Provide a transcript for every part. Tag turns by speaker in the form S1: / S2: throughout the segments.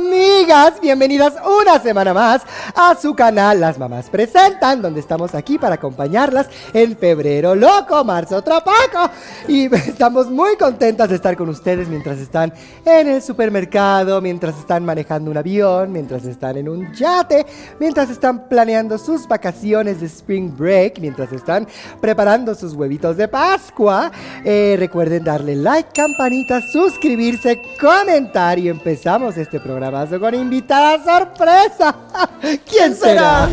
S1: Amigas, bienvenidas una semana más a su canal Las Mamás Presentan, donde estamos aquí para acompañarlas en febrero loco, marzo tropaco. Y estamos muy contentas de estar con ustedes mientras están en el supermercado, mientras están manejando un avión, mientras están en un yate, mientras están planeando sus vacaciones de Spring Break, mientras están preparando sus huevitos de Pascua. Eh, recuerden darle like, campanita, suscribirse, comentar y empezamos este programazo con invitada sorpresa. ¿Quién será?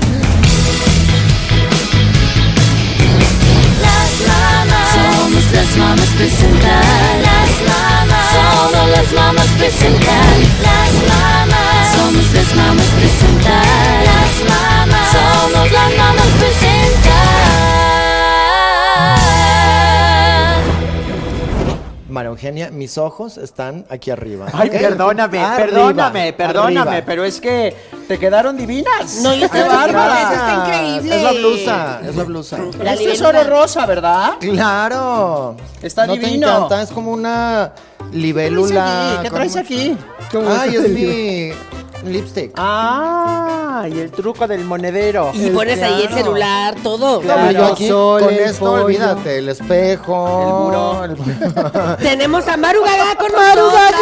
S2: Las mamás somos las mamás presentan. Las mamás somos las mamás presentan. Las mamás somos las mamás presentan. Las mamás somos las mamás presentan.
S3: María Eugenia, mis ojos están aquí arriba.
S4: Ay,
S3: ¿ok?
S4: perdóname,
S3: Arriba,
S4: perdóname, perdóname,
S3: arriba.
S4: pero es que te quedaron divinas.
S5: No, yo
S4: Qué
S5: estaba-
S4: bárbara.
S5: eso está increíble.
S3: Es la blusa, es la blusa.
S5: La
S4: Este es
S5: libélula.
S4: oro rosa, ¿verdad?
S3: Claro.
S4: Está
S3: ¿No
S4: divino.
S3: Te encanta? Es como una libélula.
S4: ¿Qué
S3: con
S4: traes
S3: un-
S4: aquí?
S1: ¿Cómo
S3: Ay,
S1: es
S3: es
S1: el-
S3: mi lipstick.
S4: Ah, y el truco del monedero.
S5: Y pones ahí el celular,
S3: No,
S5: todo.
S3: pero
S1: claro.
S3: yo aquí,
S1: Sol,
S3: con
S1: el
S3: esto,
S1: pollo.
S3: olvídate, el espejo.
S4: El
S3: buró.
S5: Tenemos a Maru Gaga con
S1: ¡Maru
S5: nosotras,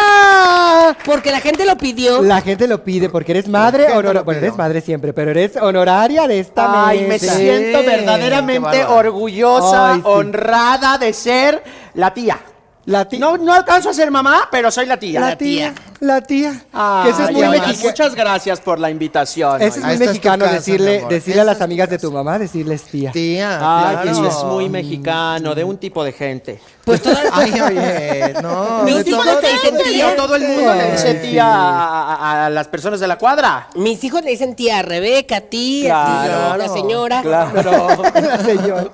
S1: Gaga!
S5: Porque la gente lo pidió.
S1: La gente lo pide porque eres madre
S3: gente
S1: honor-
S3: lo
S1: Bueno,
S3: pidió.
S1: eres madre siempre, pero eres honoraria de esta
S4: Ay, me
S1: mesa.
S3: Sí,
S4: siento
S3: qué
S4: verdaderamente
S3: bárbara.
S4: orgullosa,
S1: Ay, sí.
S4: honrada de ser la tía.
S1: La tía.
S4: No, no alcanzo a ser mamá, pero soy la tía.
S1: la, tía, La tía.
S4: Ah,
S1: que eso es muy
S4: ya ves.
S1: mexicano.
S4: Muchas gracias por la invitación.
S1: Eso es
S3: Ahí
S1: muy
S3: está tu
S1: mexicano
S3: casa, mi
S1: decirle,
S3: amor.
S1: decirle a
S3: Esa
S1: las
S3: es tu
S1: amigas de tu
S3: casa.
S1: mamá, decirles tía.
S3: Tía.
S4: Ay,
S3: claro.
S4: Ah, eso es muy mexicano, de un tipo de gente.
S5: Pues todas
S3: Ay, oye, no.
S5: Mis
S3: de
S5: hijos
S3: todo-
S5: te dicen
S4: Yo
S5: tía.
S4: todo el mundo le dice
S3: Ay,
S4: tía a, a- a las personas de la cuadra.
S5: Mis hijos le dicen tía Rebeca, tía,
S4: Claro.
S5: tía, la señora.
S1: la señora.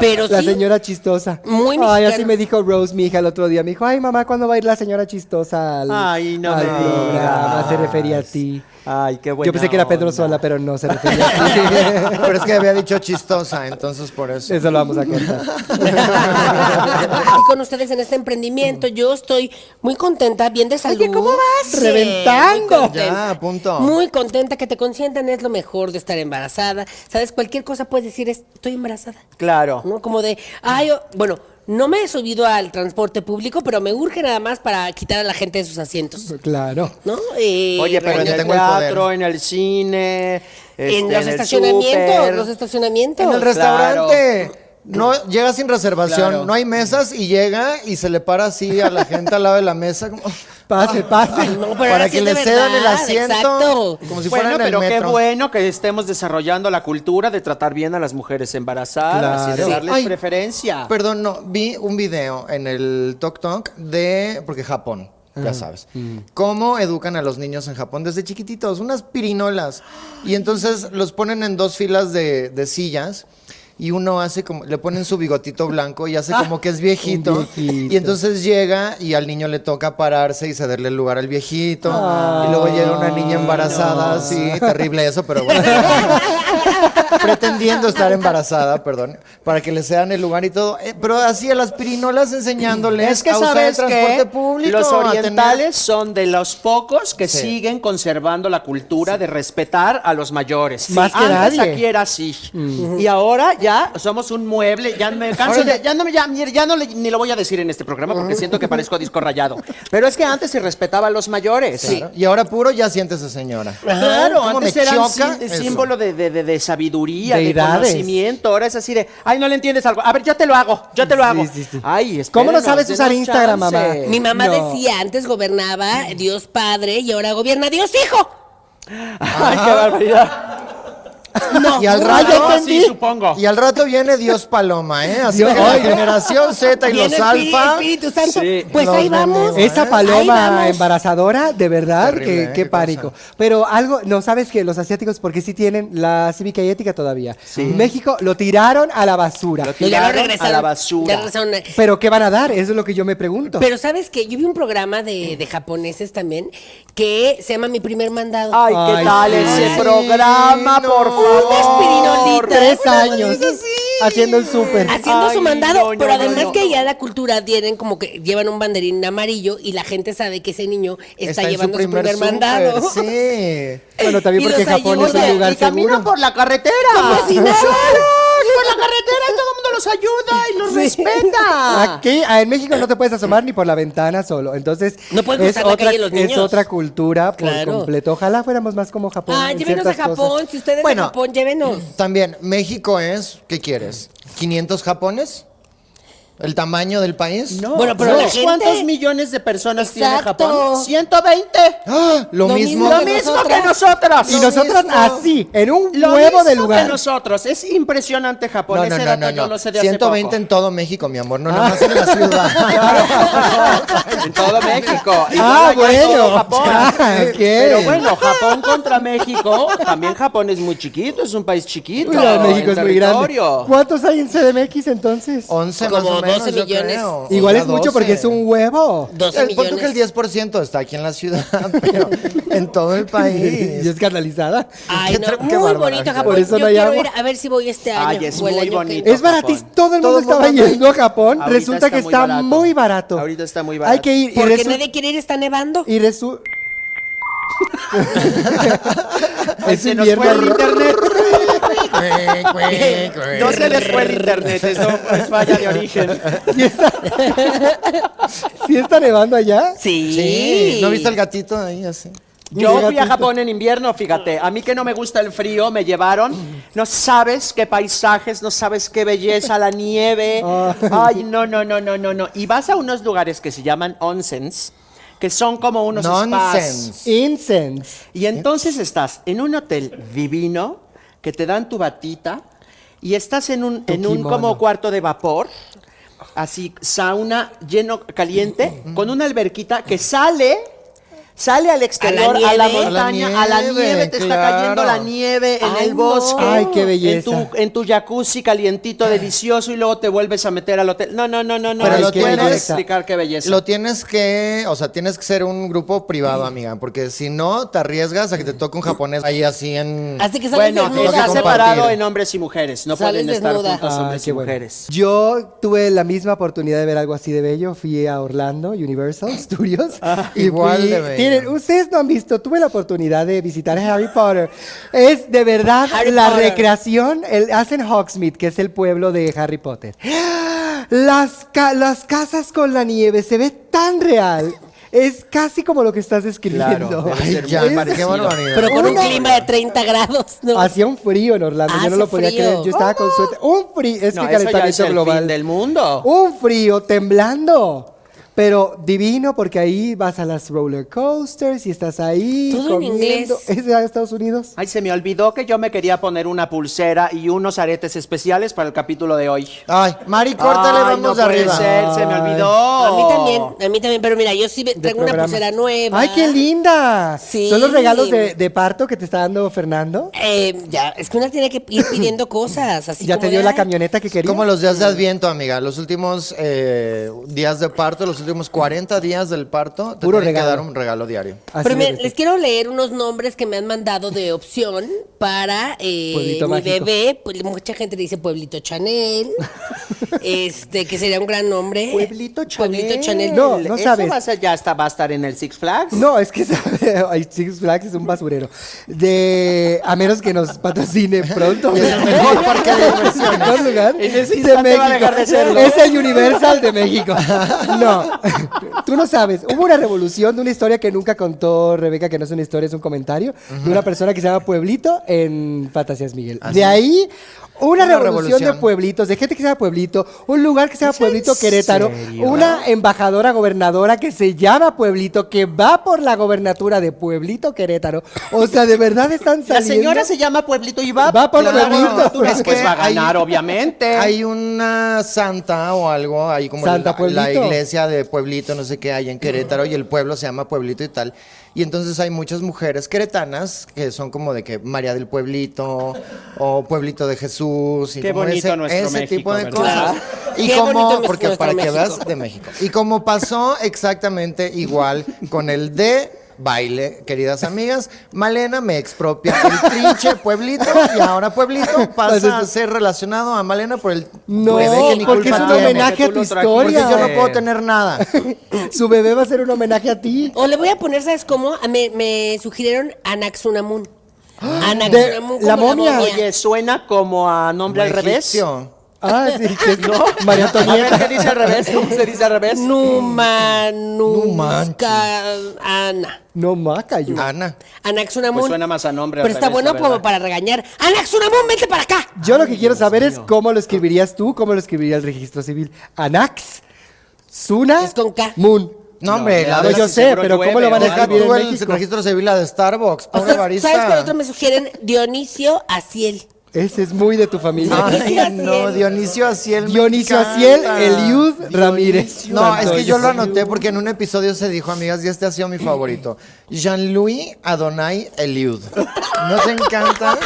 S5: Pero
S1: La
S5: sí.
S1: señora chistosa.
S5: Muy
S1: Ay,
S5: mexicano.
S1: así me dijo Rose, mi hija, el otro día. Me dijo, ay, mamá, ¿cuándo va a ir la señora chistosa al,
S4: Ay, no
S1: al
S4: me
S1: programa?
S4: digas.
S1: Se refería a ti.
S4: Ay, qué bueno.
S1: Yo pensé que era Pedro Sola, pero no, se refería a ti.
S3: Pero es que había dicho chistosa, entonces por eso.
S1: Eso lo vamos a contar.
S5: y con ustedes en este emprendimiento, yo estoy muy contenta, bien de salud.
S1: ¿cómo vas?
S5: Sí, muy
S1: Reventando.
S5: contenta.
S3: Ya, a punto.
S5: Muy contenta que te consientan, es lo mejor de estar embarazada. Sabes, cualquier cosa puedes decir es, estoy embarazada.
S4: Claro.
S5: ¿no? Como de, ay, o- bueno, no me he subido al transporte público, pero me urge nada más para quitar a la gente de sus asientos,
S1: Claro.
S5: ¿no? Eh,
S4: Oye, pero en
S3: Yo
S4: el
S3: tengo el
S4: teatro, en el cine, este,
S5: en los
S4: el
S5: estacionamientos,
S4: súper.
S5: los estacionamientos.
S3: En el
S4: Claro.
S3: restaurante. No, llega sin reservación,
S4: Claro.
S3: no hay mesas y llega y se le para así a la gente al lado de la mesa como,
S1: Pase, pase.
S5: No, pero ahora
S3: para
S5: sí
S3: que
S5: es
S3: le
S5: de
S3: cedan el
S5: verdad,
S3: asiento.
S5: exacto.
S3: Como si fuera
S4: bueno,
S3: en el
S4: pero qué
S3: metro.
S4: bueno que estemos desarrollando la cultura de tratar bien a las mujeres embarazadas y
S1: Claro.
S4: de darles
S3: Ay,
S4: preferencia.
S3: Perdón, no, vi un video en el Tok Tok de, porque Japón,
S1: Ah,
S3: ya sabes,
S1: mm.
S3: cómo educan a los niños en Japón desde chiquititos, unas pirinolas. Y entonces los ponen en dos filas de, de sillas. Y uno hace como, le ponen su bigotito blanco y hace como que es viejito,
S1: un viejito.
S3: Y entonces llega y al niño le toca pararse y cederle el lugar al viejito.
S1: Ah.
S3: y luego llega una niña embarazada, sí, terrible eso, pero bueno. pretendiendo estar embarazada, perdón, para que le sean el lugar y todo. Eh, pero así a las pirinolas enseñándoles
S4: Es que
S3: a usar
S4: sabes
S3: el
S4: que
S3: transporte público.
S4: los
S3: a tener-
S4: orientales son de los pocos que
S3: Sí.
S4: siguen conservando la cultura de respetar a los mayores.
S1: Más que
S4: Antes
S1: nadie.
S4: aquí era así. Y ahora ya somos un mueble. Ya me canso
S3: Ahora
S4: de- ya no, me- ya- ya no le- ni lo voy a decir en este programa porque siento que parezco disco rayado. Pero es que antes se respetaba a los mayores.
S3: Claro. Y ahora puro ya siéntese señora.
S4: Claro,
S3: ¿Cómo
S4: antes
S3: me
S4: era un
S3: choca
S4: sí-
S3: eso?
S4: símbolo de, de- de- de sabiduría,
S1: De
S4: de,
S1: edades.
S4: conocimiento. Ahora es así de, ay, no le entiendes algo. A ver, yo te lo hago, yo te lo
S1: Sí,
S4: hago.
S1: sí, sí.
S4: Ay,
S1: ¿Cómo no
S4: espérenos,
S1: sabes usar
S4: denos
S1: Instagram,
S4: chance.
S1: mamá?
S5: Mi mamá
S1: No.
S5: decía, antes gobernaba Dios Padre y ahora gobierna Dios Hijo.
S4: Ay, qué barbaridad.
S3: Y al
S4: No,
S3: rato,
S4: no, sí, supongo.
S3: y al rato viene Dios Paloma, ¿eh? Así
S1: Dios.
S3: que la generación Z y los
S5: Viene el Espí-
S3: alfa.
S5: Espíritu Santo.
S4: Sí.
S5: pues
S3: Los
S5: ahí vamos.
S3: nenes.
S1: Esa
S3: ¿eh?
S5: Ahí
S1: paloma
S5: vamos.
S1: embarazadora, de verdad,
S3: Terrible,
S1: que-
S3: ¿eh?
S1: qué,
S3: Qué cosa.
S1: pánico. Pero algo, no sabes que los asiáticos, porque sí tienen la cívica y ética todavía. México lo tiraron a la basura.
S4: Lo-
S5: No, ya lo
S4: Tiraron a
S5: regresaron.
S4: la basura.
S5: ya regresaron a-
S1: Pero ¿qué van a dar? Eso es lo que yo me pregunto.
S5: Pero sabes que yo vi un programa de, de japoneses también que se llama Mi primer mandado.
S4: Ay,
S1: Ay,
S4: qué tal
S1: sí,
S4: ese
S3: no.
S4: programa, por
S3: Unas
S4: favor.
S5: pirinolitas.
S1: Tres años. haciendo el súper.
S5: Haciendo
S4: Ay,
S5: su mandado,
S4: no, no,
S5: pero
S4: no,
S5: además
S4: no,
S5: que
S4: no.
S5: ya la cultura tienen como que llevan un banderín amarillo y la gente sabe que ese niño está,
S3: en
S5: llevando su primer,
S3: súper,
S5: mandado.
S3: Sí.
S1: Bueno, también
S5: Y
S1: porque
S5: los
S1: Japón es
S5: ayuda,
S1: un lugar
S4: y camina
S1: seguro.
S4: por la carretera.
S5: Como si nada.
S4: ¡Solos! Por la carretera y todo el mundo los ayuda y los respeta.
S1: Aquí, ah, en México no te puedes asomar ni por la ventana solo. Entonces,
S5: No puedes
S1: es,
S5: cruzar la
S1: otra,
S5: calle los
S1: es
S5: niños.
S1: otra cultura por
S5: Claro.
S1: completo. Ojalá fuéramos más como Japón.
S5: Ah,
S1: en
S5: llévenos a
S1: ciertas
S5: Japón.
S1: cosas.
S5: Si ustedes
S3: Bueno.
S5: de Japón, llévenos.
S3: También, México es, ¿qué quieres? ¿500 japones? ¿El tamaño del país?
S5: Bueno, pero la
S4: ¿Sabes
S5: gente-
S4: ¿Cuántos millones de personas tiene
S5: Exacto.
S4: Japón? 120.
S3: ¡Ah! Lo,
S5: Lo
S3: mismo.
S5: mismo
S4: Lo mismo que
S5: nosotras.
S4: nosotras.
S1: Y nosotros así, en un
S4: Lo
S1: huevo de
S4: mismo
S1: lugar.
S4: que nosotros. Es impresionante Japón.
S3: No, no,
S4: Ese
S3: no,
S4: dato
S3: no,
S4: yo
S3: no.
S4: lo sé de hace
S3: 120
S4: poco. Ah.
S3: en todo México, mi amor, no nomás en la ciudad.
S4: en todo México. Y
S1: Ah,
S4: bueno, ya en todo
S1: bueno.
S4: Japón.
S1: Ah, ok.
S4: Pero bueno, Japón contra México. También Japón es muy chiquito, es un país chiquito.
S1: Uy, no, México
S4: en
S1: es muy grande.
S4: territorio.
S1: ¿Cuántos hay en CDMX entonces?
S3: 11
S5: Como
S3: más o menos,
S5: 12
S3: yo
S5: millones.
S3: creo.
S1: Igual
S3: O sea,
S1: es mucho
S3: 12.
S1: porque es un huevo.
S5: 12
S3: El, pon tú
S5: millones.
S3: que el 10% está aquí en la ciudad, pero en todo el país.
S1: Y es canalizada.
S5: Ay,
S3: Qué
S5: no,
S3: tra- qué
S5: muy
S3: bárbara,
S5: bonito
S3: Ángela.
S5: Japón.
S1: Por eso
S5: Yo
S1: no hay
S5: quiero
S1: agua.
S5: ir a ver si voy este año.
S4: Ay, es
S5: o el
S4: muy
S5: año que-
S4: bonito.
S1: Es baratis,
S4: Japón.
S1: todo el mundo
S3: Todo el
S1: estaba
S3: mundo-
S1: yendo a Japón.
S4: Ahorita
S1: resulta que
S4: está muy
S1: está
S4: barato.
S1: muy barato.
S4: Ahorita está muy
S1: Hay
S4: barato.
S1: que ir y
S5: Porque
S1: resu-
S5: nadie quiere ir, está nevando.
S1: Y resu...
S4: Ay,
S1: es
S4: se nos fue el
S1: invierno.
S4: internet.
S3: Cue, cue, cue.
S4: No se les fue el internet. Eso es falla de origen.
S1: ¿Sí está... ¿Sí está nevando allá?
S5: Sí.
S3: Sí, ¿no viste el gatito ahí así?
S4: Yo
S1: Mira,
S4: fui a
S1: gatito.
S4: Japón en invierno, fíjate. A mí que no me gusta el frío, me llevaron. No sabes qué paisajes, no sabes qué belleza, la nieve. Ay, no, no, no, no, no, no. Y vas a unos lugares que se llaman onsens, que son como unos spas.
S3: Nonsense.
S1: Incense.
S4: Y entonces estás en un hotel divino que te dan tu batita y estás en un,
S1: Tu
S4: en un
S1: kimono.
S4: como cuarto de vapor, así sauna lleno caliente, con una alberquita que sale. Sale al exterior, a la,
S5: nieve.
S4: montaña,
S3: A
S4: a
S3: la
S4: la nieve,
S3: nieve,
S4: te está cayendo
S3: claro.
S4: la nieve en
S5: Ay,
S4: el bosque.
S1: no. Ay, qué belleza.
S4: En tu, en tu jacuzzi calientito, delicioso, y luego te vuelves a meter al hotel. No, no, no, no, no.
S3: Pero
S4: no
S3: lo
S4: te puedo
S3: tienes-
S4: explicar qué belleza.
S3: Lo tienes que, o sea, tienes que ser un grupo privado, amiga, porque si no te arriesgas a que te toque un japonés ahí así en
S5: Así que sales
S4: Bueno,
S5: desnuda.
S3: tengo
S4: está
S3: que
S4: separado
S3: compartir.
S4: en hombres y mujeres. No
S5: Sales
S4: pueden estar
S5: desnuda.
S4: juntos
S1: Ah,
S4: hombres
S1: qué
S4: y
S1: bueno.
S4: mujeres.
S1: Yo tuve la misma oportunidad de ver algo así de bello. Fui a Orlando, Universal Studios.
S3: igual
S1: fui-
S3: de bello.
S1: tienen- ustedes no han visto, tuve la oportunidad de visitar Harry Potter. Es de verdad
S5: Harry
S1: la
S5: Potter.
S1: recreación. el- hacen Hogsmeade, que es el pueblo de Harry Potter. Las, ca- las casas con la nieve se ve tan real. Es casi como lo que estás describiendo.
S4: debe
S3: Ay,
S4: ser muy
S3: ya, qué
S4: parecido.
S3: barbaridad.
S5: Pero con un
S1: Una-
S5: clima de 30 grados, ¿no?
S1: Hacía un frío en Orlando, yo no
S5: Ah, Hace
S1: lo podía
S5: frío. Oh,
S1: creer. Yo estaba con suerte. Un frío, es
S4: No,
S1: que
S4: eso ya es
S1: calentamiento
S4: el
S1: global.
S4: fin del mundo.
S1: Un frío temblando. Pero divino porque ahí vas a las roller coasters y estás ahí
S5: Todo en
S1: comiendo.
S5: inglés.
S1: ¿Es de Estados Unidos?
S4: Ay, se me olvidó que yo me quería poner una pulsera y unos aretes especiales para el capítulo de hoy.
S3: Ay, Mari, córtale,
S4: Ay,
S3: vamos
S4: no
S3: de
S4: puede
S3: arriba.
S4: ser, se me
S1: Ay.
S4: olvidó.
S5: A
S4: Oh.
S5: mí también, a mí también. Pero mira, yo sí ve-
S1: de
S5: traigo una
S1: programa.
S5: pulsera nueva.
S1: ¡Ay, qué linda!
S5: Sí.
S1: ¿Son los regalos de, de parto que te está dando Fernando?
S5: Eh, ya, es que una tiene que ir pidiendo cosas. Así
S1: ¿Ya
S5: como
S1: te dio
S5: de,
S1: la
S5: ay,
S1: camioneta que querías?
S3: Como los días de Adviento, amiga. Los últimos eh, días de parto, los últimos 40 días del parto, te
S1: Puro
S3: tienen que
S1: regalo.
S3: dar un regalo diario.
S1: Así
S5: Pero miren,
S1: debe
S5: les
S1: ser.
S5: quiero leer unos nombres que me han mandado de opción para eh,
S1: Pueblito
S5: mi
S1: mágico.
S5: bebé. Pues, mucha gente dice Pueblito Chanel, este que sería un gran nombre.
S4: Pueblito Chanel.
S5: Pueblito Chanel.
S1: No, no
S4: Eso
S1: sabes.
S4: va a ser- ya está, va a estar en el Six Flags.
S1: No, es que sabe- ay, Six Flags es un basurero. De a menos que nos patrocine pronto.
S3: Es el mejor parque de diversiones.
S1: Mejor lugar
S4: En ese
S1: de
S4: instante va a dejar de
S1: México.
S4: serlo.
S1: Es el Universal de México. No, tú no sabes. Hubo una revolución de una historia que nunca contó Rebeca, que no es una historia, es un comentario, de una persona que se llama Pueblito en Fantasías Miguel.
S4: Ah,
S1: De ahí, una,
S3: Una
S1: revolución, de
S3: revolución.
S1: pueblitos, de gente que se llama Pueblito, un lugar que se llama Pueblito Querétaro, una embajadora gobernadora que se llama Pueblito, que va por la gobernatura de Pueblito Querétaro. O sea, de verdad están
S4: La
S1: saliendo.
S4: señora se llama Pueblito y va.
S1: Va por
S4: Claro,
S1: Pueblito.
S4: Es que
S3: Pues
S4: va a
S3: hay-
S4: ganar, obviamente.
S3: Hay una santa o algo, ahí como
S1: Eh. Santa
S3: la, la
S1: Pueblito.
S3: iglesia de Pueblito, no sé qué hay en Querétaro, y el pueblo se llama Pueblito y tal. Y entonces hay muchas mujeres queretanas que son como de que María del Pueblito o Pueblito de Jesús y
S4: Qué
S3: como
S4: bonito
S3: ese,
S4: nuestro
S3: ese
S4: México,
S3: tipo de
S4: ¿verdad?
S3: cosas.
S5: Claro.
S3: Y
S5: Qué bonito
S3: como,
S5: nuestro-
S3: porque para
S5: nuestro
S3: que
S5: México.
S3: veas de México. Y como pasó exactamente igual con el de baile, queridas amigas. Malena me expropia el trinche pueblito y ahora pueblito pasa a ser relacionado a Malena por el
S1: No,
S3: bebé que ni
S1: porque es
S3: culpa
S1: un
S3: tiene.
S1: homenaje a tu
S4: Porque tú lo
S3: Porque
S1: historia.
S3: yo no puedo tener nada.
S1: Su bebé va a ser un homenaje a ti.
S5: O le voy a poner, ¿sabes cómo? A- Me, me sugirieron Anaxunamun.
S1: Ah, De-
S5: Anaxunamun. como
S1: la momia.
S4: Oye, suena como a nombre al revés.
S3: Egipcio.
S1: Ah, sí, que es María
S4: A ver, ¿qué
S1: Antonieta.
S4: dice al revés? ¿Cómo se dice al revés?
S5: Numanusca. Ana.
S1: No maca, yo.
S3: Ana.
S5: Anaxunamun.
S4: Pues suena más a nombre,
S5: Pero
S4: al
S5: está
S4: revés,
S5: bueno
S4: la
S5: como
S4: verdad.
S5: para regañar. ¡Anaxunamun, vete para acá!
S1: Yo lo que quiero saber es cómo lo escribirías tú, cómo lo escribiría el registro civil. Anax, Suna,
S5: Es con K.
S1: Moon.
S3: No, hombre,
S4: ya
S3: la
S1: No,
S4: hablas
S3: verdad
S1: yo
S4: y
S1: sé,
S4: seguro
S1: pero ¿cómo
S4: llueve
S1: lo van a
S4: o algo.
S1: escribir en
S3: Tú el
S1: México?
S3: registro civil de Starbucks,
S5: O
S3: pobre
S5: sea, ¿Sabes
S3: barista.
S5: qué otro me sugieren? Dionisio Asiel.
S1: Ese es muy de tu familia.
S3: Ay,
S5: Dionisio
S3: no,
S5: Aciel.
S3: Dionisio Aciel. me
S1: Dionisio
S3: encanta.
S1: Aciel, Eliud Ramírez.
S3: No, es que yo lo
S1: Santoyo.
S3: anoté porque en un episodio se dijo, amigas, y este ha sido mi favorito. Jean-Louis Adonai Eliud. ¿No te encanta?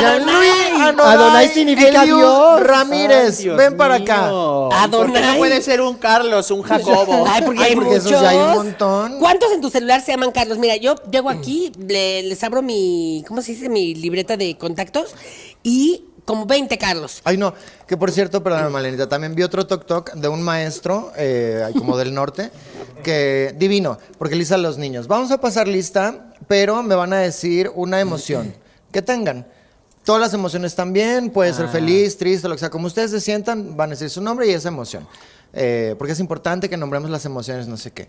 S3: Jean-Louis Adonai,
S1: Adonai significa
S3: Eliud
S1: Dios.
S3: Ramírez,
S4: Ay, Dios
S3: ven para acá.
S4: mío. ¿Y
S5: Adonai.
S4: por qué No puede ser un Carlos, un Jacobo.
S5: Ay, porque,
S3: Ay,
S5: hay
S3: porque
S5: muchos.
S3: esos ya hay un montón.
S5: ¿Cuántos en tu celular se llaman Carlos? Mira, yo llego aquí, le- les abro mi, ¿cómo se dice? Mi libreta de contactos y como 20 Carlos.
S3: Ay, no, que por cierto, perdóname, Malenita, también vi otro toc toc de un maestro, eh, ay, como del norte, que divino, porque lista a los niños. Vamos a pasar lista, pero me van a decir una emoción que tengan. Todas las emociones también, puede ser feliz, triste, lo que sea. Como ustedes se sientan, van a decir su nombre y esa emoción. Eh, porque es importante que nombremos las emociones, no sé qué.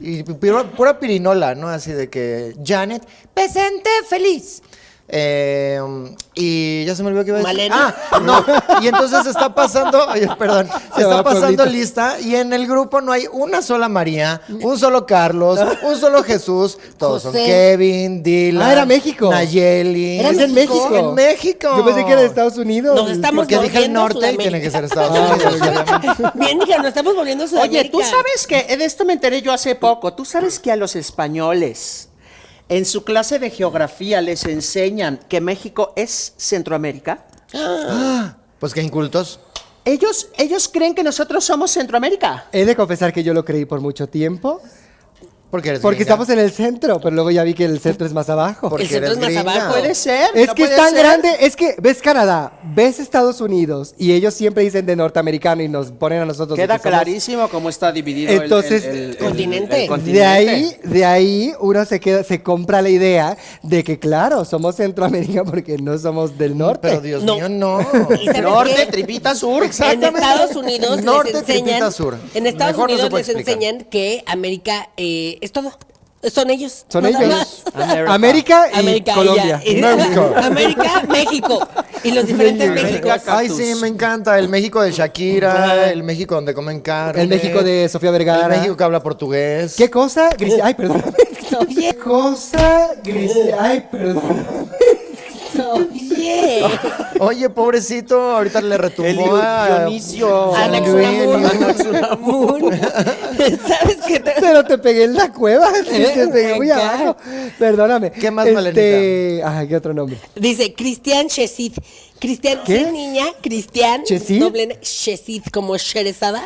S3: Y pura, pura pirinola, ¿no? Así de que Janet, presente feliz. Eh, y ya se me olvidó que iba a decir.
S5: Malena.
S3: Ah, no. Y entonces está pasando, ay, perdón,
S1: Se va,
S3: está pasando
S1: Pablito.
S3: lista y en el grupo no hay una sola María, un solo Carlos, un solo Jesús. Todos son
S5: José.
S3: Kevin, Dylan.
S1: Ah, era México.
S3: Nayeli.
S1: ¿Era en México?
S3: En México.
S1: Yo pensé que era de Estados Unidos.
S5: Nos estamos
S3: Porque dije el
S5: volviendo
S3: norte y
S5: Sudamérica.
S3: tiene que ser Estados Unidos. obviamente.
S5: Bien, dije, nos estamos volviendo a
S4: Oye, tú
S5: Sudamérica.
S4: sabes que, de esto me enteré yo hace poco, tú sabes que a los españoles en su clase de geografía les enseñan que México es Centroamérica.
S3: Pues que incultos.
S4: Ellos, ellos creen que nosotros somos Centroamérica.
S1: He de confesar que yo lo creí por mucho tiempo.
S3: Porque eres
S1: Porque
S3: gringa.
S1: estamos en el centro, pero luego ya vi que el centro es más abajo.
S3: Porque
S5: El centro
S3: eres
S5: es más
S3: gringa.
S5: abajo.
S4: Puede ser.
S1: Es
S4: no
S1: que es
S4: puede
S1: tan
S4: ser.
S1: grande, es que ves Canadá, ves Estados Unidos y ellos siempre dicen de norteamericano y nos ponen a nosotros. de
S4: Queda
S1: que somos-
S4: clarísimo cómo está dividido el-
S1: Entonces,
S4: el, el- el-
S5: continente.
S4: el
S1: De
S4: continente.
S1: ahí, de ahí uno se queda, se compra la idea de que claro, somos Centroamérica porque no somos del norte.
S3: Pero Dios
S5: No.
S3: mío, no.
S5: ¿Y sabes
S4: Norte,
S5: qué?
S4: tripita, sur.
S5: En
S3: Exactamente.
S5: Estados Unidos
S3: Norte,
S5: les enseñan,
S3: tripita, sur.
S5: en Estados
S3: Mejor no se
S5: Unidos
S3: puede
S5: les
S3: explicar.
S5: enseñan que América eh, es todo. Son ellos.
S1: Son
S5: nada
S1: ellos.
S5: más.
S1: América, y
S5: América,
S1: Colombia.
S5: y ya.
S1: México.
S5: América, México. Y los diferentes México.
S3: Ay, sí, me encanta. El México de Shakira, el México donde comen carne.
S1: El México de Sofía Vergara.
S3: El México que habla portugués.
S1: ¿Qué cosa? Gris- Ay, perdóname.
S5: Oye.
S1: ¿Qué cosa? Gris- Ay, perdóname.
S5: Bien.
S3: Oye, pobrecito, ahorita le retumbó
S4: Eliud
S3: a...
S4: Dionisio.
S3: Ay,
S5: Anaxunamun.
S3: Eliud.
S5: Anaxunamun. ¿Sabes qué? Te...
S1: Pero te pegué en la cueva.
S5: Eh,
S1: sí, te pegué muy
S5: venga.
S1: abajo. Perdóname.
S3: ¿Qué más,
S1: este... Ajá, ¿qué otro nombre?
S5: Dice Cristian Chesid. Cristian,
S1: ¿Qué?
S5: ¿Qué? niña, Cristian.
S1: ¿Chesid?
S5: Doble N, Chesid, como Sherezada.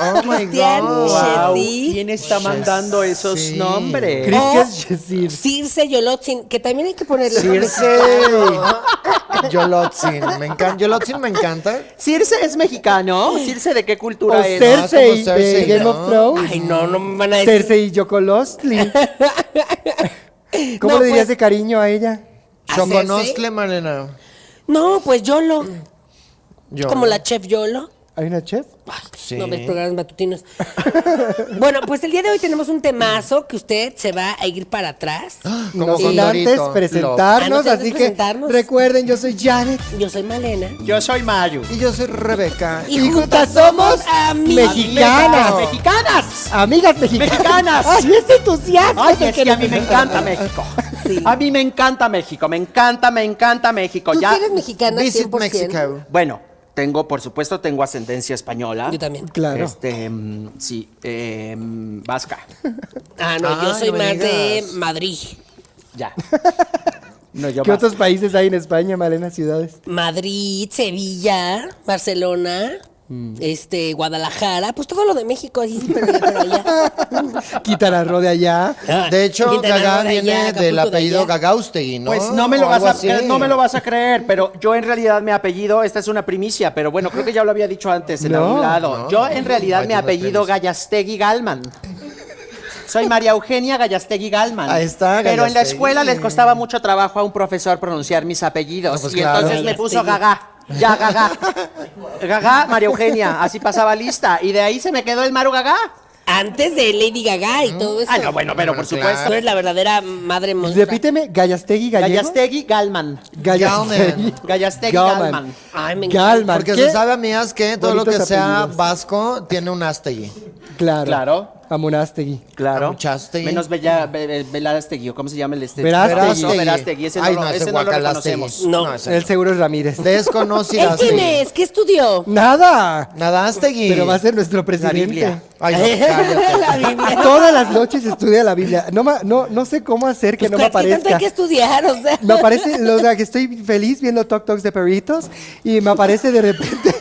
S3: Oh, my
S5: Cristian
S3: God.
S4: Wow,
S5: Chesid.
S4: ¿Quién está mandando esos
S3: Sí.
S4: nombres?
S1: Cristian
S5: Oh.
S1: Chesir.
S5: Circe Yolotzin, que también hay que ponerle.
S3: Circe. Yolotzin. Me encanta. Yolotzin me encanta.
S4: ¿Circe es mexicano? ¿Circe de qué cultura
S1: O
S4: es?
S1: Cersei
S3: como Cersei,
S1: de Game
S3: ¿no?
S1: of Thrones.
S5: Ay, no, no me van a decir.
S1: Cersei Yocolostli. ¿Cómo
S5: No,
S1: le dirías
S5: pues-
S1: de cariño a ella?
S5: ¿A
S3: Choconostle, Malena.
S5: No, pues Yolo.
S3: Yo.
S5: Como la chef Yolo.
S1: ¿Hay una chef?
S5: Ay,
S3: Sí.
S5: No ves programas matutinos. bueno, pues el día de hoy tenemos un temazo que usted se va a ir para atrás.
S3: Como
S1: No
S3: con
S1: sin antes
S3: Dorito.
S1: presentarnos,
S5: Ah, no sin antes
S1: así que
S5: presentarnos.
S1: recuerden, yo soy Janet.
S5: Yo soy Malena.
S4: Yo soy Mayu.
S3: Y yo soy Rebeca.
S5: Y juntas somos amigas.
S1: mexicanas.
S4: ¡Mexicanas!
S1: Amigas mexicanas.
S4: Mexicanas.
S1: ¡Ay, ese entusiasmo!
S4: Ay,
S1: que
S4: es que a mí me
S1: queremos.
S4: encanta México.
S5: Sí.
S4: A mí me encanta México, me encanta, me encanta México.
S5: Tú
S4: Ya.
S5: sí eres mexicana
S3: Visit
S5: 100%.
S3: Mexico.
S4: Bueno, tengo, por supuesto, tengo ascendencia española.
S5: Yo también.
S1: Claro.
S4: Este, mm, sí, eh, mm, vasca.
S5: Ah, no,
S3: Ay,
S5: yo soy
S3: no me
S5: más de
S3: digas.
S5: Madrid.
S4: Ya. No, yo
S1: ¿Qué
S4: vasca.
S1: otros países hay en España, Malena? Ciudades.
S5: Madrid, Sevilla, Barcelona.
S3: Mm.
S5: este, Guadalajara, pues todo lo de México, ahí, pero ya por allá.
S1: Quintana Roo de allá.
S5: Ah,
S3: De hecho,
S5: Quintana Roo
S3: Gagá
S5: de allá,
S3: viene
S5: Acapulco
S3: del
S5: de
S3: apellido
S5: allá.
S3: Gagaustegui, ¿no?
S4: Pues no me,
S3: O
S4: lo vas
S3: algo
S4: a,
S3: así.
S4: no me lo vas a creer, pero yo en realidad mi apellido, esta es una primicia, pero bueno, creo que ya lo había dicho antes en
S1: No,
S4: algún lado.
S3: no.
S4: yo en realidad
S3: Ay,
S4: mi
S3: tú no
S4: apellido
S3: aprendes.
S4: Gallastegui Galman. Soy María Eugenia Gallastegui Galman.
S3: Ahí está,
S4: Pero en la
S3: Gallastegui.
S4: escuela les costaba mucho trabajo a un profesor pronunciar mis apellidos.
S3: No, pues
S4: y
S3: claro.
S4: entonces me puso
S5: Gallastegui.
S4: Gagá. Ya, Gagá. Gagá, María Eugenia. Así pasaba lista. Y de ahí se me quedó el Maru Gagá.
S5: Antes de Lady Gaga y todo eso.
S4: Ah, no, bueno, pero por
S3: Bueno, claro.
S4: supuesto.
S5: Tú eres la verdadera madre monstrua.
S1: Repíteme, Gallastegui Gallego.
S4: Gallastegui Galman.
S1: Gallastegui.
S4: Gallastegui Galman.
S5: Ay, me encanta.
S1: Galman.
S3: Porque
S1: ¿Qué?
S3: se sabe, amigas, que todo lo
S1: Bonitos
S3: que sea
S1: apellidos.
S3: vasco tiene un astegui.
S1: Claro.
S4: Claro.
S1: Amunastegui.
S4: Claro.
S3: Amuchastegui.
S4: Menos Bella, Be- Be- Velastegui, ¿o cómo se llama el este?
S1: Verástegui.
S4: Veras- no, Verástegui, ese no,
S3: Ay,
S4: lo-
S3: no, ese
S4: ese no lo
S3: guacalastegui.
S4: reconocemos.
S5: No.
S3: ese
S1: Él seguro es Ramírez.
S5: ¿Él
S3: Desconocidas.
S5: quién es? ¿Qué estudió?
S1: Nada.
S3: Nada, Astegui.
S1: Pero va a ser nuestro presidente.
S4: Biblia.
S3: Ay, no, cállate.
S5: La Biblia.
S1: Todas las noches estudia la Biblia. No, ma- no, no sé cómo hacer que
S5: Pues,
S1: no me
S5: ¿qué tanto hay
S1: aparezca.
S5: que estudiar? O sea,
S1: Me aparece, lo de que estoy feliz viendo Tok Toks de perritos y me aparece de repente.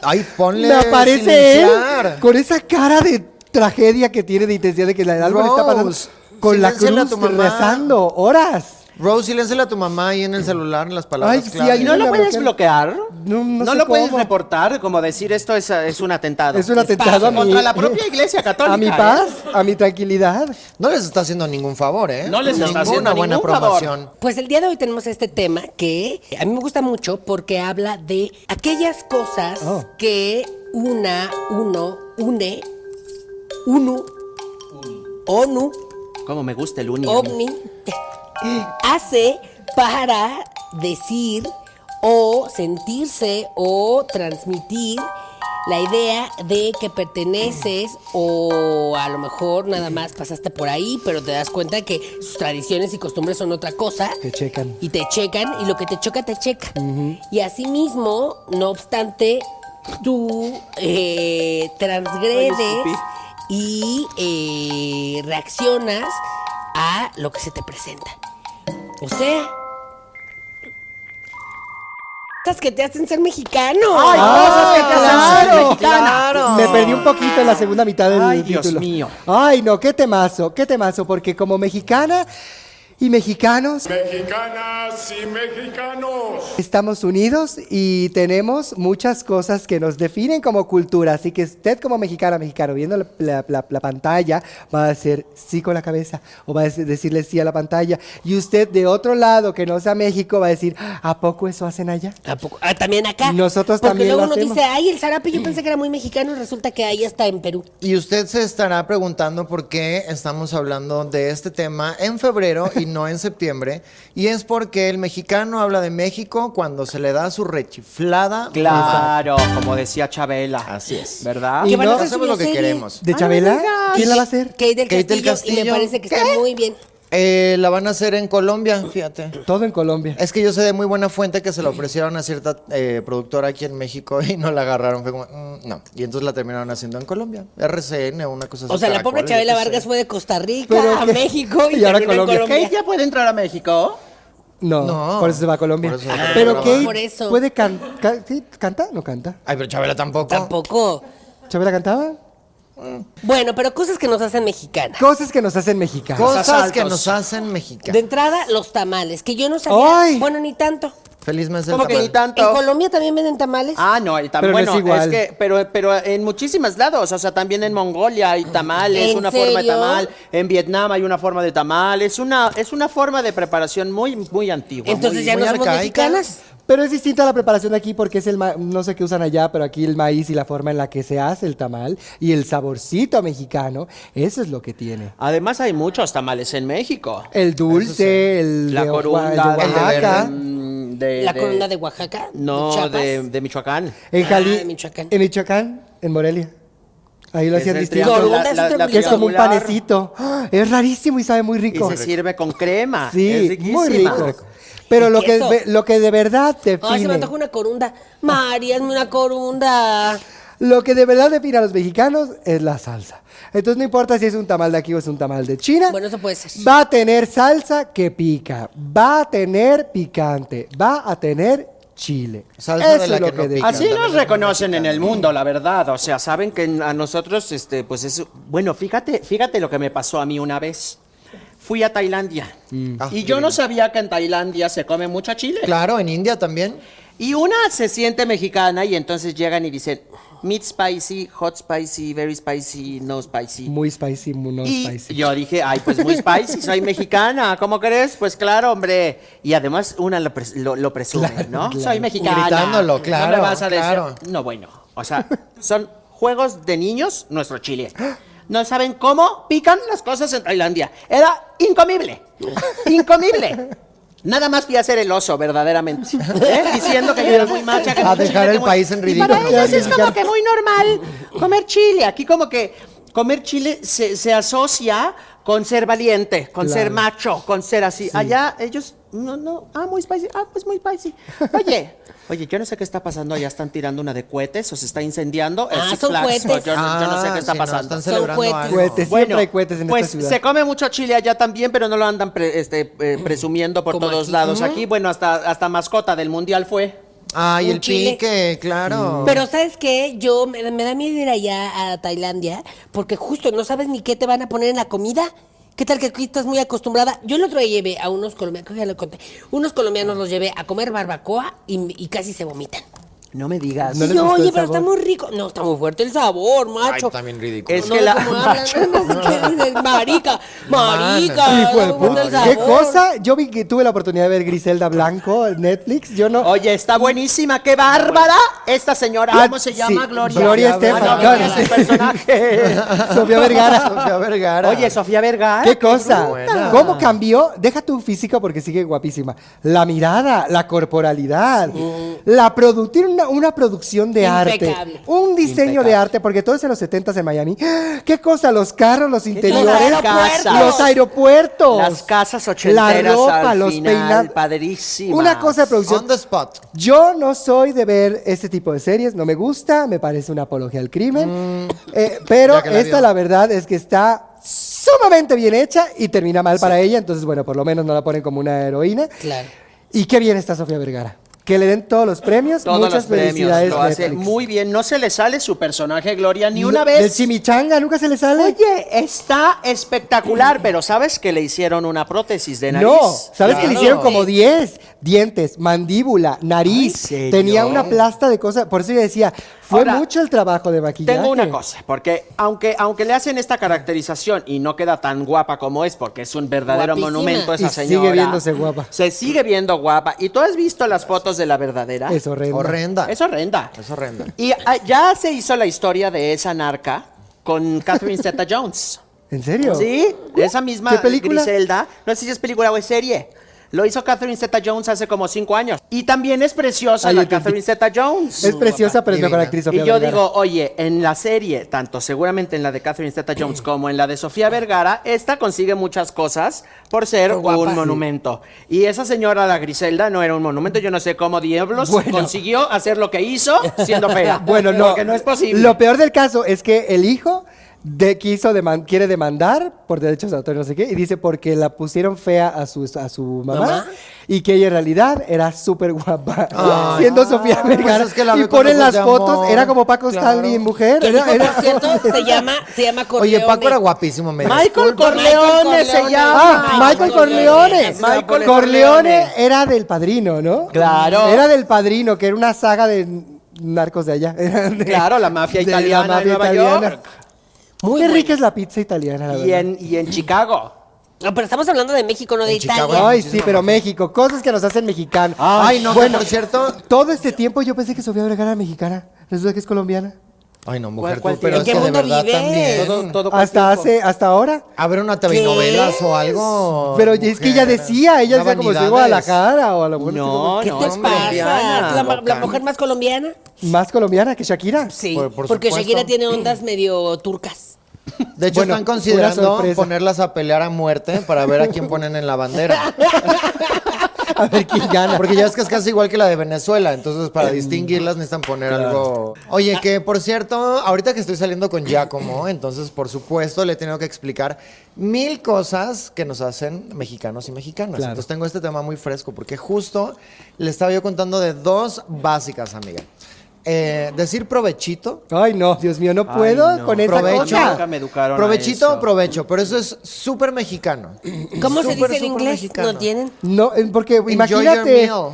S3: Ay, ponle.
S1: Me aparece él
S3: silenciar.
S1: con esa cara de tragedia que tiene de intensidad de que la algo le está pasando
S3: Rose,
S1: con la
S3: silénciala a
S1: cruz
S3: tu mamá.
S1: rezando horas.
S3: Rose, silénciala a tu mamá ahí en el celular, en las palabras.
S1: Ay, sí,
S3: clave.
S1: hay
S4: ¿Y no
S1: Ayúdame
S4: lo
S1: a
S4: puedes bloquear?
S1: No, no sé
S4: lo puedes
S1: cómo.
S4: reportar, como decir esto es, es un atentado.
S1: Es un atentado a mi,
S4: Contra la propia iglesia católica.
S1: a mi
S4: ¿eh?
S1: paz, a mi tranquilidad.
S3: No les está haciendo ningún favor, ¿eh?
S4: No les está
S3: Ninguna
S4: haciendo
S3: buena
S4: ningún
S3: promoción.
S5: Pues el día de hoy tenemos este tema que a mí me gusta mucho porque habla de aquellas cosas
S1: Oh.
S5: que una, uno, une, unu, onu,
S4: Como me gusta el uni.
S5: ovni, hace para decir o sentirse o transmitir la idea de que perteneces o a lo mejor nada más pasaste por ahí, pero te das cuenta que sus tradiciones y costumbres son otra cosa.
S1: Te checan.
S5: Y te checan y lo que te choca, te checa. Y asimismo, no obstante, tú eh, transgredes
S4: escupí.
S5: y eh, reaccionas a lo que se te presenta. O sea... Cosas que te hacen ser mexicano.
S4: ¡Ay, cosas que te hacen ser
S1: claro,
S4: mexicana!
S1: Me perdí un poquito en la segunda mitad del
S4: Ay, Dios
S1: título.
S4: mío.
S1: Ay, no, qué temazo, qué temazo, porque como mexicana y mexicanos
S6: Mexicanas y mexicanos.
S1: Estamos unidos y tenemos muchas cosas que nos definen como cultura, así que usted como mexicana, mexicano, viendo la, la- la- la pantalla, va a decir sí con la cabeza o va a decir- decirle sí a la pantalla. Y usted de otro lado que no sea México va a decir, ¿a poco eso hacen allá?
S5: ¿A poco? Ah, también acá.
S1: Nosotros
S5: Porque
S1: también
S5: luego
S1: lo
S5: uno
S1: hacemos.
S5: dice, ay, el zarape, yo pensé que era muy mexicano, y resulta que ahí está en Perú.
S3: Y usted se estará preguntando por qué estamos hablando de este tema en febrero y no en septiembre. Y es porque el mexicano habla de México cuando se le da su rechiflada.
S4: Claro, como decía Chabela.
S3: Así es.
S4: ¿Verdad?
S1: Y
S5: van a
S1: no
S5: hacer
S3: hacemos lo que
S5: videoserie.
S3: queremos.
S1: ¿De
S4: Ay,
S1: Chabela?
S4: no digas.
S1: ¿Quién la va a hacer?
S5: Kate del,
S3: Kate del
S5: Castillo, y me
S3: Castillo.
S5: parece que
S3: ¿Qué?
S5: está muy bien.
S3: Eh, la van a hacer en Colombia, fíjate.
S1: Todo en Colombia.
S3: Es que yo sé de muy buena fuente que se la ofrecieron a cierta eh, productora aquí en México y no la agarraron. Fue como, mm, no. Y entonces la terminaron haciendo en Colombia. RCN, una cosa así.
S5: O sea, la pobre
S3: Caracol,
S5: Chabela
S3: yo qué sé.
S5: Vargas fue de Costa Rica
S1: Pero
S5: a
S1: que-
S5: México y,
S1: y ahora
S5: terminó en
S1: Colombia.
S5: Colombia.
S4: ¿Kate ya puede entrar a México?
S1: No,
S3: No.
S1: por eso se va a Colombia.
S3: Por eso se va a
S1: Pero
S3: Colombia.
S1: Kate
S5: Por eso.
S1: puede can- ca- ¿sí? canta, no canta.
S3: Ay, pero Chabela tampoco.
S5: Tampoco.
S1: ¿Chabela cantaba?
S5: Bueno, pero cosas que nos hacen mexicanas.
S1: Cosas que nos hacen mexicanos.
S3: Cosas
S4: Asaltos.
S3: que nos hacen mexicanos.
S5: De entrada, los tamales, que yo no sabía.
S1: ¡Ay!
S5: Bueno, ni tanto.
S3: Feliz mes del
S4: ¿Cómo que
S3: tamal.
S4: ni tanto?
S5: ¿En Colombia también venden tamales?
S4: Ah, no, y tan
S1: Pero no es
S4: bueno,
S1: igual.
S4: que, pero, pero en muchísimos lados, o sea, también en Mongolia hay tamales,
S5: ¿En
S4: una forma de
S5: serio?
S4: tamal, en Vietnam hay una forma de tamal, es una, es una forma de preparación muy, muy antigua.
S5: Entonces
S4: muy-
S5: ya no
S3: muy
S5: somos
S3: arcaica.
S5: mexicanas.
S1: Pues, Pero es distinta la preparación de aquí porque es el ma- no sé qué usan allá, pero aquí el maíz y la forma en la que se hace el tamal y el saborcito mexicano, eso es lo que tiene.
S4: Además hay muchos tamales en México.
S1: El dulce, el,
S4: La
S1: de, Oaxaca-
S4: corunda
S1: el de Oaxaca.
S4: mm, de-
S5: La
S4: de-
S5: corona de Oaxaca.
S4: No,
S5: Chiapas.
S4: de, de Michoacán.
S1: En Jali-
S5: Ah, en Michoacán.
S1: En Michoacán, en Morelia. Ahí lo
S4: Es
S1: hacían
S4: el
S1: distinto.
S4: triángulo-
S5: Corunda es otro
S1: Que es como un
S4: triangular,
S1: panecito. ¡Ah! Es rarísimo y sabe muy
S4: Y
S1: rico.
S4: se sirve con crema. es
S1: Sí,
S4: riquísima.
S1: muy rico. Pero
S5: Y
S1: lo que,
S5: queso.
S1: ve- lo que de verdad te
S5: Ay, se me antoja una corunda. Mari, hazme una corunda.
S1: Lo que de verdad define a los mexicanos es la salsa. Entonces no importa si es un tamal de aquí o es un tamal de China.
S5: Bueno, eso puede ser.
S1: Va a tener salsa que pica, va a tener picante, va a tener chile.
S3: Salsa
S1: Eso
S3: de la
S1: es lo
S3: que no
S1: que
S3: pica.
S1: Así
S5: ¿Ah,
S4: Así nos reconocen en el mundo, la verdad. O sea, saben que a nosotros, este, pues es. Bueno, fíjate, fíjate lo que me pasó a mí una vez. Fui a Tailandia.
S3: Ah,
S4: y
S3: qué
S4: yo no
S3: bien.
S4: sabía que en Tailandia se come mucho chile.
S3: Claro, en India también.
S4: Y una se siente mexicana y entonces llegan y dicen, meat spicy, hot spicy, very spicy, no spicy.
S1: Muy spicy, muy no
S4: y
S1: spicy.
S4: yo dije, ay, pues muy spicy, soy mexicana, ¿cómo crees? Pues claro, hombre. Y además una lo, pres- lo- lo presume, ¿no? Soy mexicana.
S3: Gritándolo,
S4: No
S3: claro,
S4: me vas a decir,
S3: claro.
S4: no, bueno, o sea, son juegos de niños nuestro chile. No saben cómo pican las cosas en Tailandia. Era incomible. Incomible. Nada más fui a hacer el oso, verdaderamente. ¿eh? Diciendo que yo era muy macha. que
S3: A
S4: mucho chile,
S3: dejar
S4: que
S3: el
S4: muy-
S3: país en
S4: Y para
S3: ridículo.
S4: ellos es como que muy normal comer chile. Aquí como que comer chile se, se asocia con ser valiente, con ser
S1: Claro.
S4: macho, con ser así. Allá ellos, no, no, ah, muy spicy, ah, pues muy spicy. Oye, oye, yo no sé qué está pasando, allá están tirando una de cohetes o se está incendiando. el
S5: Ah,
S4: Six
S5: son
S4: Flags,
S5: cohetes.
S4: o Yo, no- yo no sé
S3: Ah,
S4: qué está
S3: sí, no,
S4: pasando.
S3: están celebrando
S5: cohetes.
S3: algo.
S1: Cohetes. Siempre hay cohetes en
S4: pues
S1: esta ciudad.
S4: se come mucho chile allá también, pero no lo andan pre- este, eh, presumiendo por
S5: Como
S4: todos
S5: aquí.
S4: lados. Aquí, bueno, hasta, hasta mascota del mundial fue.
S3: Ay,
S5: Un
S3: el
S5: chile.
S3: pique, claro.
S1: Mm.
S5: Pero ¿sabes qué? Yo me, me da miedo ir allá a Tailandia porque justo no sabes ni qué te van a poner en la comida. ¿Qué tal que aquí estás muy acostumbrada? Yo el otro día llevé a unos colombianos, creo que ya lo conté, unos colombianos los llevé a comer barbacoa y, y casi se vomitan.
S4: No me digas.
S1: No
S5: No,
S1: les gustó
S5: oye,
S1: el
S5: pero
S1: sabor.
S5: está muy rico. No, está muy fuerte el sabor, macho.
S3: también ridículo.
S4: es
S5: No,
S4: que la...
S5: ¿cómo hablan? No sé qué dicen. marica, marica.
S1: Hijo de
S5: no me gusta el
S1: puta. ¿Qué
S5: sabor.
S1: cosa? Yo vi que tuve la oportunidad de ver Griselda Blanco en Netflix. Yo no.
S4: Oye, está buenísima, qué bárbara. Esta señora,
S1: Ah,
S4: ¿cómo se llama?
S1: sí,
S4: Gloria.
S1: Gloria
S4: Ah,
S1: Estefan.
S4: no,
S1: Gloria
S4: Gloria es el
S1: Estefan.
S4: personaje.
S1: Sofía Vergara.
S3: Sofía Vergara.
S4: Oye, Sofía Vergara.
S1: ¿Qué cosa?
S3: bruta.
S1: ¿Cómo cambió? Deja tu físico porque sigue guapísima. La mirada, la corporalidad,
S4: Uh.
S1: la produ tiene una, una producción de
S5: Impecable.
S1: arte, un diseño de
S4: Impecable.
S1: arte, porque todo es en los 70s en Miami. ¡Ah! ¿Qué cosa? Los carros, los interiores,
S4: Los aeropuertos.
S1: los aeropuertos,
S4: Las casas ochenteras
S1: la ropa,
S4: al
S1: los
S4: final,
S1: peinados.
S4: padrísimas.
S1: Una cosa de producción.
S3: On the spot.
S1: Yo no soy de ver este tipo de series, no me gusta, me parece una apología al
S4: Mm,
S1: crimen, Eh, pero
S3: ya que la
S1: esta
S3: vio.
S1: la verdad es que está sumamente bien hecha y termina mal para ella, entonces bueno, por lo menos no la ponen como una heroína.
S5: Claro.
S1: Y qué bien está Sofía Vergara, que le den todos los premios,
S4: Todos
S1: muchas
S4: los premios
S1: felicidades.
S4: lo hace
S1: Netflix.
S4: muy bien. No se le sale su personaje, Gloria, ni una
S1: No, Del
S4: vez.
S1: chimichanga nunca se le sale.
S4: Oye, está espectacular, pero ¿sabes que le hicieron una prótesis de nariz?
S1: No, ¿sabes que le
S3: Claro.
S1: hicieron como 10? Dientes, mandíbula, nariz.
S4: Ay, ¿en serio?
S1: Tenía una plasta de cosas. Por eso yo decía, fue
S4: Ahora,
S1: mucho el trabajo de maquillaje.
S4: Tengo una cosa, porque aunque, aunque le hacen esta caracterización y no queda tan guapa como es, porque es un verdadero
S5: Guapísima.
S4: monumento esa
S1: Y sigue
S4: señora.
S1: viéndose guapa.
S4: Se sigue viendo guapa. ¿Y tú has visto las fotos de la verdadera?
S1: Es horrendo.
S3: Horrenda.
S4: Es horrenda.
S3: Es horrenda.
S4: Y ah, ya se hizo la historia de esa narca con Catherine Zeta-Jones.
S1: ¿En serio?
S4: Sí, esa misma
S1: ¿Qué película?
S4: Griselda. No sé si es película o es serie. Lo hizo Catherine Zeta-Jones hace como cinco años. Y también es preciosa
S1: Ay,
S4: la
S1: entendí.
S4: Catherine Zeta-Jones.
S1: Es preciosa, pero es
S3: divina.
S1: mejor actriz Sofía
S4: Y yo
S1: Vergara.
S4: digo, oye, en la serie, tanto seguramente en la de Catherine Zeta-Jones como en la de Sofía Vergara, esta consigue muchas cosas por ser
S5: Por guapa,
S4: un
S5: sí.
S4: monumento. Y esa señora, la Griselda, no era un monumento. Yo no sé cómo diablos
S1: Bueno.
S4: consiguió hacer lo que hizo siendo fea.
S1: Bueno, no.
S4: Porque no es posible.
S1: Lo peor del caso es que el hijo de, quiso deman- quiere demandar por derechos de autor, no sé qué, y dice porque la pusieron fea a su, a su mamá,
S5: ¿Mamá?
S1: y que ella en realidad era súper guapa,
S3: Ay.
S1: siendo Sofía
S3: Pues
S1: Vergara.
S3: es que la
S1: y
S3: ve con
S1: ponen
S3: ojos
S1: las
S3: de
S1: fotos,
S3: amor.
S1: era como Paco
S3: Claro.
S1: Stanley en mujer.
S5: Que
S1: Era,
S5: dijo,
S1: era-
S5: por cierto, se llama, se llama
S3: Oye, Paco
S5: Corleone.
S3: era guapísimo, me
S4: Michael
S5: Disculpa,
S4: Corleone,
S5: Michael
S4: se
S5: Corleone.
S4: llama.
S1: Ah, Michael Corleone.
S5: Corleone.
S1: Michael Corleone era del padrino, ¿no?
S4: Claro.
S1: Era del padrino, que era una saga de narcos de allá. De-
S4: Claro, la mafia
S1: de
S4: italiana de Nueva York.
S1: Muy
S5: buena.
S1: rica es la pizza italiana, la
S4: Y
S1: verdad.
S4: en, y en Chicago.
S5: No, pero estamos hablando de México, no de
S3: En Chicago.
S5: Italia.
S1: Ay, sí, pero México, cosas que nos hacen mexicanos.
S3: Ay, no, que por cierto-
S1: Todo este tiempo yo pensé que Sofía Vergara era mexicana. Resulta que es colombiana.
S3: Ay, no, mujer,
S4: ¿Cuál-
S3: tú,
S4: cuál
S3: pero es
S5: tiene? ¿En
S3: que
S5: qué
S3: de
S5: mundo
S3: verdad
S5: vives?
S3: también.
S4: Todo, todo con
S1: Hasta
S4: tiempo.
S1: hace, hasta ahora.
S3: A ver, una telenovelas o algo.
S1: Pero es que ella
S3: mujer.
S1: decía, ella
S3: Una
S1: decía como si de
S3: vanidades.
S1: Guadalajara o a lo mejor
S4: No,
S5: ¿Qué
S4: no,
S5: te
S4: es
S5: pasa?
S4: colombiana.
S5: ¿La, ma- la mujer más colombiana?
S1: Más colombiana que Shakira.
S5: Sí,
S3: Por- por
S5: porque
S3: supuesto.
S5: Shakira tiene ondas medio turcas.
S3: De hecho,
S1: Bueno,
S3: están
S1: una
S3: considerando
S1: sorpresa.
S3: ponerlas a pelear a muerte para ver a quién ponen en la bandera.
S1: A ver quién gana.
S3: Porque ya es que es casi igual que la de Venezuela, entonces para
S4: Em,
S3: distinguirlas necesitan poner algo. Oye, que por cierto, ahorita que estoy saliendo con Giacomo, entonces por supuesto le he tenido que explicar mil cosas que nos hacen mexicanos y mexicanas.
S1: Claro.
S3: Entonces tengo este tema muy fresco, porque justo le estaba yo contando de dos básicas, amiga. Eh, decir provechito.
S1: Ay, no, Dios mío, no
S4: Ay,
S1: puedo
S4: no.
S1: con esa
S4: Provecho.
S1: cosa.
S4: Nunca me educaron a
S3: Provechito
S4: eso.
S3: o provecho, pero eso es súper mexicano.
S5: ¿Cómo se
S3: Súper, súper
S5: dice en inglés?
S3: mexicano.
S5: ¿No tienen?
S1: No, eh, porque
S3: Enjoy your
S1: imagínate.
S3: meal.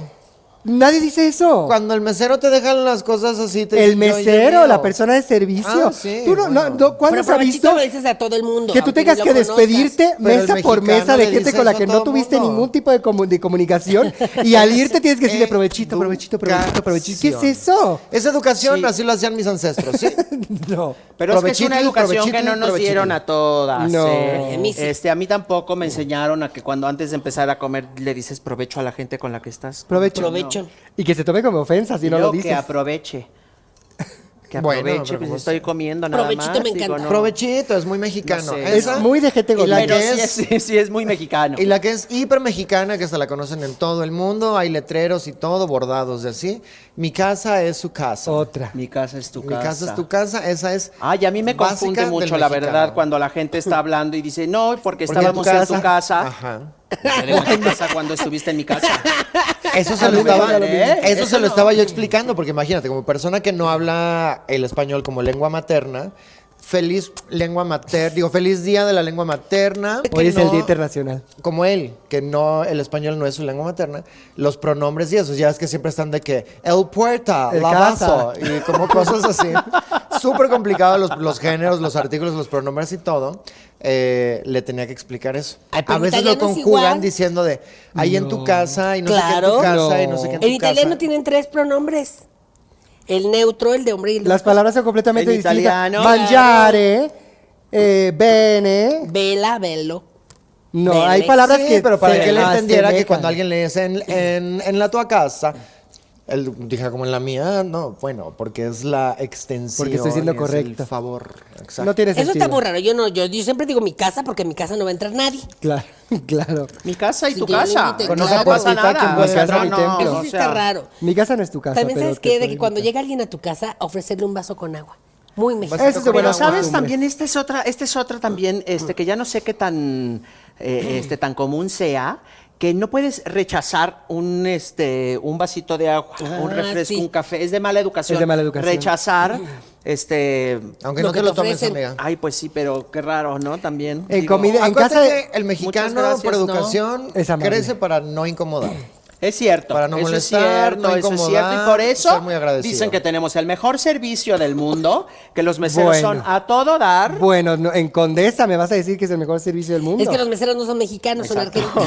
S1: Nadie dice
S4: Oh.
S1: eso.
S3: Cuando el mesero te dejan las cosas así, te
S1: el
S3: dicen, "Oye,
S1: mesero,
S3: mío".
S1: la persona de servicio.
S3: Ah, sí,
S1: Tú no, no-
S3: bueno.
S1: no- ¿Cuándo
S5: Pero
S1: se ha
S5: provechito
S1: visto
S5: lo dices a todo el mundo.
S1: que tú
S5: aunque
S1: tengas
S5: ni
S1: que
S5: lo conozcas.
S1: despedirte
S3: Pero el
S1: mesa por
S3: mexicano
S1: mesa de
S3: le
S1: gente
S3: dice
S1: con la
S3: eso
S1: que
S3: a
S1: no
S3: todo
S1: tuviste
S3: mundo.
S1: ningún tipo de, comu- de comunicación? y al irte tienes que decirle provechito, provechito, provechito, provechito. ¿Qué es eso?
S3: Es educación,
S4: Sí.
S3: así lo hacían mis ancestros, ¿sí?
S1: No.
S4: Pero es que es una
S3: Provechito,
S4: educación que
S3: provechito,
S4: no nos
S3: provechito.
S4: dieron a todas.
S1: No.
S4: ¿eh?
S5: Ay, a mí sí.
S4: Este, a mí tampoco me enseñaron a que cuando antes de empezar a comer le dices provecho a la gente con la que estás.
S1: Provecho.
S5: Provecho.
S1: Y que se tome como ofensa si no
S4: Yo
S1: lo
S4: que
S1: dices.
S4: aproveche. Que
S3: Bueno,
S4: aproveche,
S3: pero
S4: pues
S3: no
S4: estoy
S3: sé.
S4: comiendo nada
S5: Provechito
S4: más.
S5: me
S4: digo,
S5: encanta.
S4: no.
S3: Provechito, es muy mexicano.
S4: No sé.
S1: Es
S3: Esa,
S1: muy de gente
S3: y la
S1: gordita.
S4: Pero
S3: que
S4: sí
S3: es-
S4: es, sí, sí es muy mexicano.
S3: Y la que es hiper mexicana, que se la conocen en todo el mundo, hay letreros y todo bordados de así. Mi casa es su casa.
S1: Otra.
S4: Mi casa es Oh, tu
S3: Mi
S4: casa.
S3: casa es tu casa, esa es.
S4: Ay, a mí me
S3: básica
S4: confunde
S3: del
S4: mucho, la
S3: mexicano.
S4: verdad, cuando la gente está hablando y dice, no, porque
S3: Porque
S4: estábamos
S3: tu
S4: en tu casa.
S3: Ajá.
S4: Pero en tu casa cuando estuviste en mi casa.
S3: Eso
S4: A
S3: se lo
S4: mí me
S3: estaba, ¿Eh?
S4: pasa lo mismo.
S3: eso
S4: Eso
S3: se lo
S4: no.
S3: estaba yo explicando, porque imagínate, como persona que no habla el español como lengua materna, feliz lengua materna, digo, feliz día de la lengua materna.
S1: Hoy es el
S3: No,
S1: Día Internacional.
S3: Como él, que no, el español no es su lengua materna, los pronombres y eso, ya es que siempre están de que el puerta,
S1: El
S3: la
S1: casa.
S3: vaso, y como cosas así. Súper complicado los, los géneros, los artículos, los pronombres y todo. Eh, le tenía que explicar eso.
S5: Ay, pero
S3: a
S5: en
S3: veces lo
S5: italiano es
S3: conjugan
S5: igual.
S3: diciendo de ahí en tu casa y no sé qué
S5: Claro.
S3: en tu casa y no sé qué en tu
S5: En italiano
S3: casa.
S5: tienen tres pronombres. El neutro, el de hombre y el de
S1: Las palabras son completamente
S4: En
S1: distintas.
S4: italiano.
S1: Mangiare, eh, bene.
S5: Vela, velo.
S1: No,
S5: Bene.
S1: hay palabras
S3: Sí,
S1: que.
S3: pero para
S1: se
S3: que él entendiera que
S1: asemejan.
S3: cuando alguien le dice en, en- en la tua casa, él diga como en la mía, "Ah, no, bueno, porque es la extensión.
S1: Porque estoy siendo
S3: es
S1: correcto.
S3: El favor. Exacto.
S1: No tiene
S5: Eso
S1: sentido.
S5: está muy raro. Yo no, yo, yo siempre digo mi casa porque en mi casa no va a entrar nadie.
S1: Claro, claro.
S4: Mi casa y
S5: Sí,
S4: tu
S5: yo
S4: casa.
S5: ni te-
S4: No,
S5: Con
S4: no
S1: esa
S4: pasa
S1: puertita que
S4: nada.
S1: envuelve
S4: Pues O sea,
S1: atrás
S4: no,
S1: mi
S4: no,
S1: templo.
S5: Eso
S4: o
S5: sí
S4: sea,
S5: está raro.
S1: Mi casa no es tu casa.
S5: También
S1: pero
S5: sabes
S1: te
S5: que de
S1: puedo
S5: que cuando
S1: invitar.
S5: llega alguien a tu casa, ofrecerle un vaso con agua. Muy mexicano.
S1: Eso es de buena
S4: Pero sabes
S1: costumbre.
S4: también esta es otra, esta es otra también, este que ya no sé qué tan, eh, este tan común sea, que no puedes rechazar un, este, un vasito de agua,
S5: Ah,
S4: un refresco,
S5: sí.
S4: un café, es de mala educación.
S1: Es de mala educación.
S4: Rechazar, este,
S3: Aunque
S5: Lo
S3: no
S5: que
S3: te lo
S5: te
S3: tomes,
S5: ofrecen.
S3: amiga.
S4: ay pues sí, pero qué raro, ¿no? También.
S1: En
S4: digo,
S1: comida- en
S3: Acuérdate
S1: casa de-
S3: que el mexicano,
S4: Muchas gracias,
S3: por
S4: no.
S3: educación,
S1: Es amable.
S3: crece para no incomodar.
S4: Es cierto,
S3: Para no
S4: eso
S3: molestar,
S4: es cierto,
S3: no
S4: eso es
S3: incomodar, pues,
S4: cierto y por
S3: ser
S4: eso
S3: muy agradecido.
S4: dicen que tenemos el mejor servicio del mundo, que los meseros
S1: Bueno.
S4: son a todo dar.
S1: Bueno, no, en Condesa me vas a decir que es el mejor servicio del mundo.
S5: Es que los meseros no son mexicanos, son argentinos.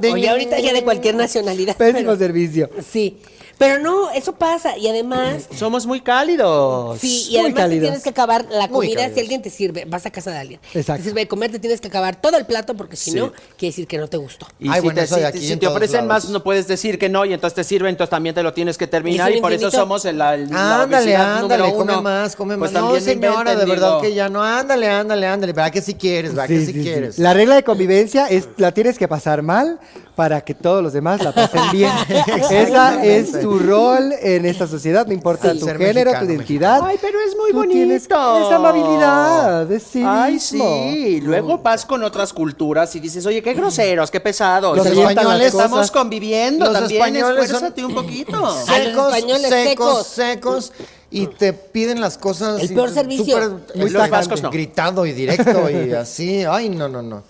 S3: Ding,
S5: Oye, ahorita ya de cualquier nacionalidad.
S1: Pésimo
S5: pero-
S1: servicio.
S5: Sí. Pero no, eso pasa. Y además,
S4: Somos muy cálidos.
S5: Sí, y
S1: Muy
S5: además te
S1: cálidos.
S5: tienes que acabar la
S3: Muy
S5: comida
S3: cálidos.
S5: si alguien te sirve. Vas a casa de alguien.
S1: Exacto.
S5: Te sirve de comer, te tienes que acabar todo el plato porque si
S4: Sí.
S5: no, quiere decir que no te gustó.
S4: Y
S3: Ay,
S4: si
S3: bueno,
S4: te,
S3: eso de
S4: si-
S3: aquí
S4: si
S3: en
S4: te
S3: todos
S4: ofrecen
S3: lados.
S4: más, no puedes decir que no, y entonces te sirve, entonces también te lo tienes que terminar,
S5: ¿Y es
S4: y,
S5: un
S4: por eso
S5: infinito?
S4: somos en la, el- la
S3: Ándale,
S4: obesidad
S3: ándale,
S4: número
S3: come
S4: uno.
S3: más, come
S4: Pues
S3: más. No,
S4: también
S3: señora, de
S4: inventen,
S3: verdad
S4: digo.
S3: que ya no. Ándale, ándale, ándale. ¿Verdad que sí quieres? ¿Verdad que
S1: Sí,
S3: sí,
S1: sí, sí.
S3: quieres?
S1: La regla de convivencia es la tienes que pasar mal para que todos los demás la pasen bien. Esa es tu rol en esta sociedad, no importa
S3: Sí.
S1: tu
S3: Ser
S1: género, tu
S3: mexicano,
S1: identidad.
S4: Ay, pero es muy
S1: Tú
S4: bonito.
S1: tienes esa amabilidad, es civismo.
S4: Ay, sí. Luego vas con otras culturas y dices, oye, qué groseros, qué pesados.
S3: Los
S4: Se sientan
S3: españoles-
S4: las cosas. estamos
S3: cosas.
S4: conviviendo
S3: Los
S4: también.
S3: españoles son-
S4: Esfuérzate un poquito.
S5: A los españoles
S3: secos,
S5: secos.
S3: secos, y te piden las cosas.
S5: El
S3: y
S5: peor
S3: te-
S5: servicio.
S3: súper,
S1: Muy
S3: eh,
S1: tajante.
S4: vascos no.
S3: Gritado y directo y así. Ay, no, no, no.